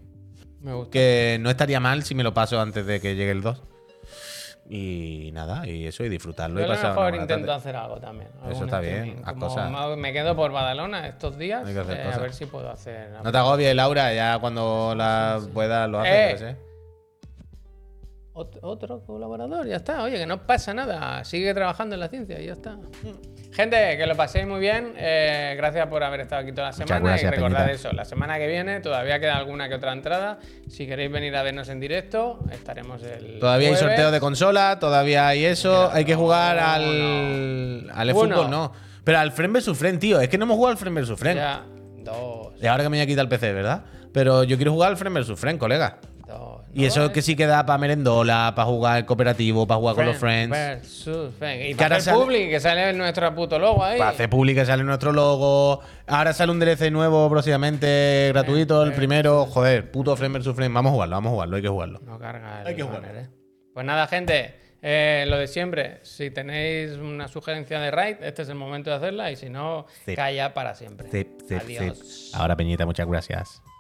Me gusta.
Que no estaría mal si me lo paso antes de que llegue el 2. Y nada, y eso, y disfrutarlo.
Yo
y
a lo
pasar una
mejor
buena
intento
tarde.
hacer algo también. algún
Eso está bien,
streaming.
haz
Como
cosas.
ma- Me quedo por Badalona estos días.
Hay que hacer
eh, a
cosas.
ver si puedo hacer.
No te agobies, Laura, ya cuando la pueda lo haces.
Eh.
yo qué sé.
Ot- Otro colaborador, ya está. Oye, que no pasa nada. Sigue trabajando en la ciencia y ya está. Gente, que lo paséis muy bien. Eh, gracias por haber estado aquí toda la semana.
gracias,
y recordad
Peñita.
eso, la semana que viene todavía queda alguna que otra entrada. Si queréis venir a vernos en directo, estaremos el.
Todavía hay
jueves.
sorteo de consola, todavía hay eso. hay que jugar
uno.
al. al
Uno.
eFootball, no. Pero al Friend vs Friend, tío. Es que no hemos jugado al Friend vs Friend.
Ya, dos.
Y ahora que me voy a quitar el PC, ¿verdad? Pero yo quiero jugar al Friend vs Friend, colega.
dos
Y eso que sí queda para merendola, para jugar cooperativo, para jugar con los friends.
Versus friends. Y
Que ahora
para el
sale-
public, que sale nuestro puto logo ahí.
Para hacer pública sale nuestro logo. Ahora sale un DLC nuevo próximamente, gratuito, el primero. Joder, puto Friend vs Friend. Vamos a jugarlo, vamos a jugarlo, hay que jugarlo.
No carga el
Hay que jugar.
banner, ¿eh? Pues nada, gente. eh, lo de siempre, si tenéis una sugerencia de raid, este es el momento de hacerla y si no,
Sí.
calla para siempre.
Zip, zip,
Adiós.
zip. Ahora, Peñita, muchas gracias.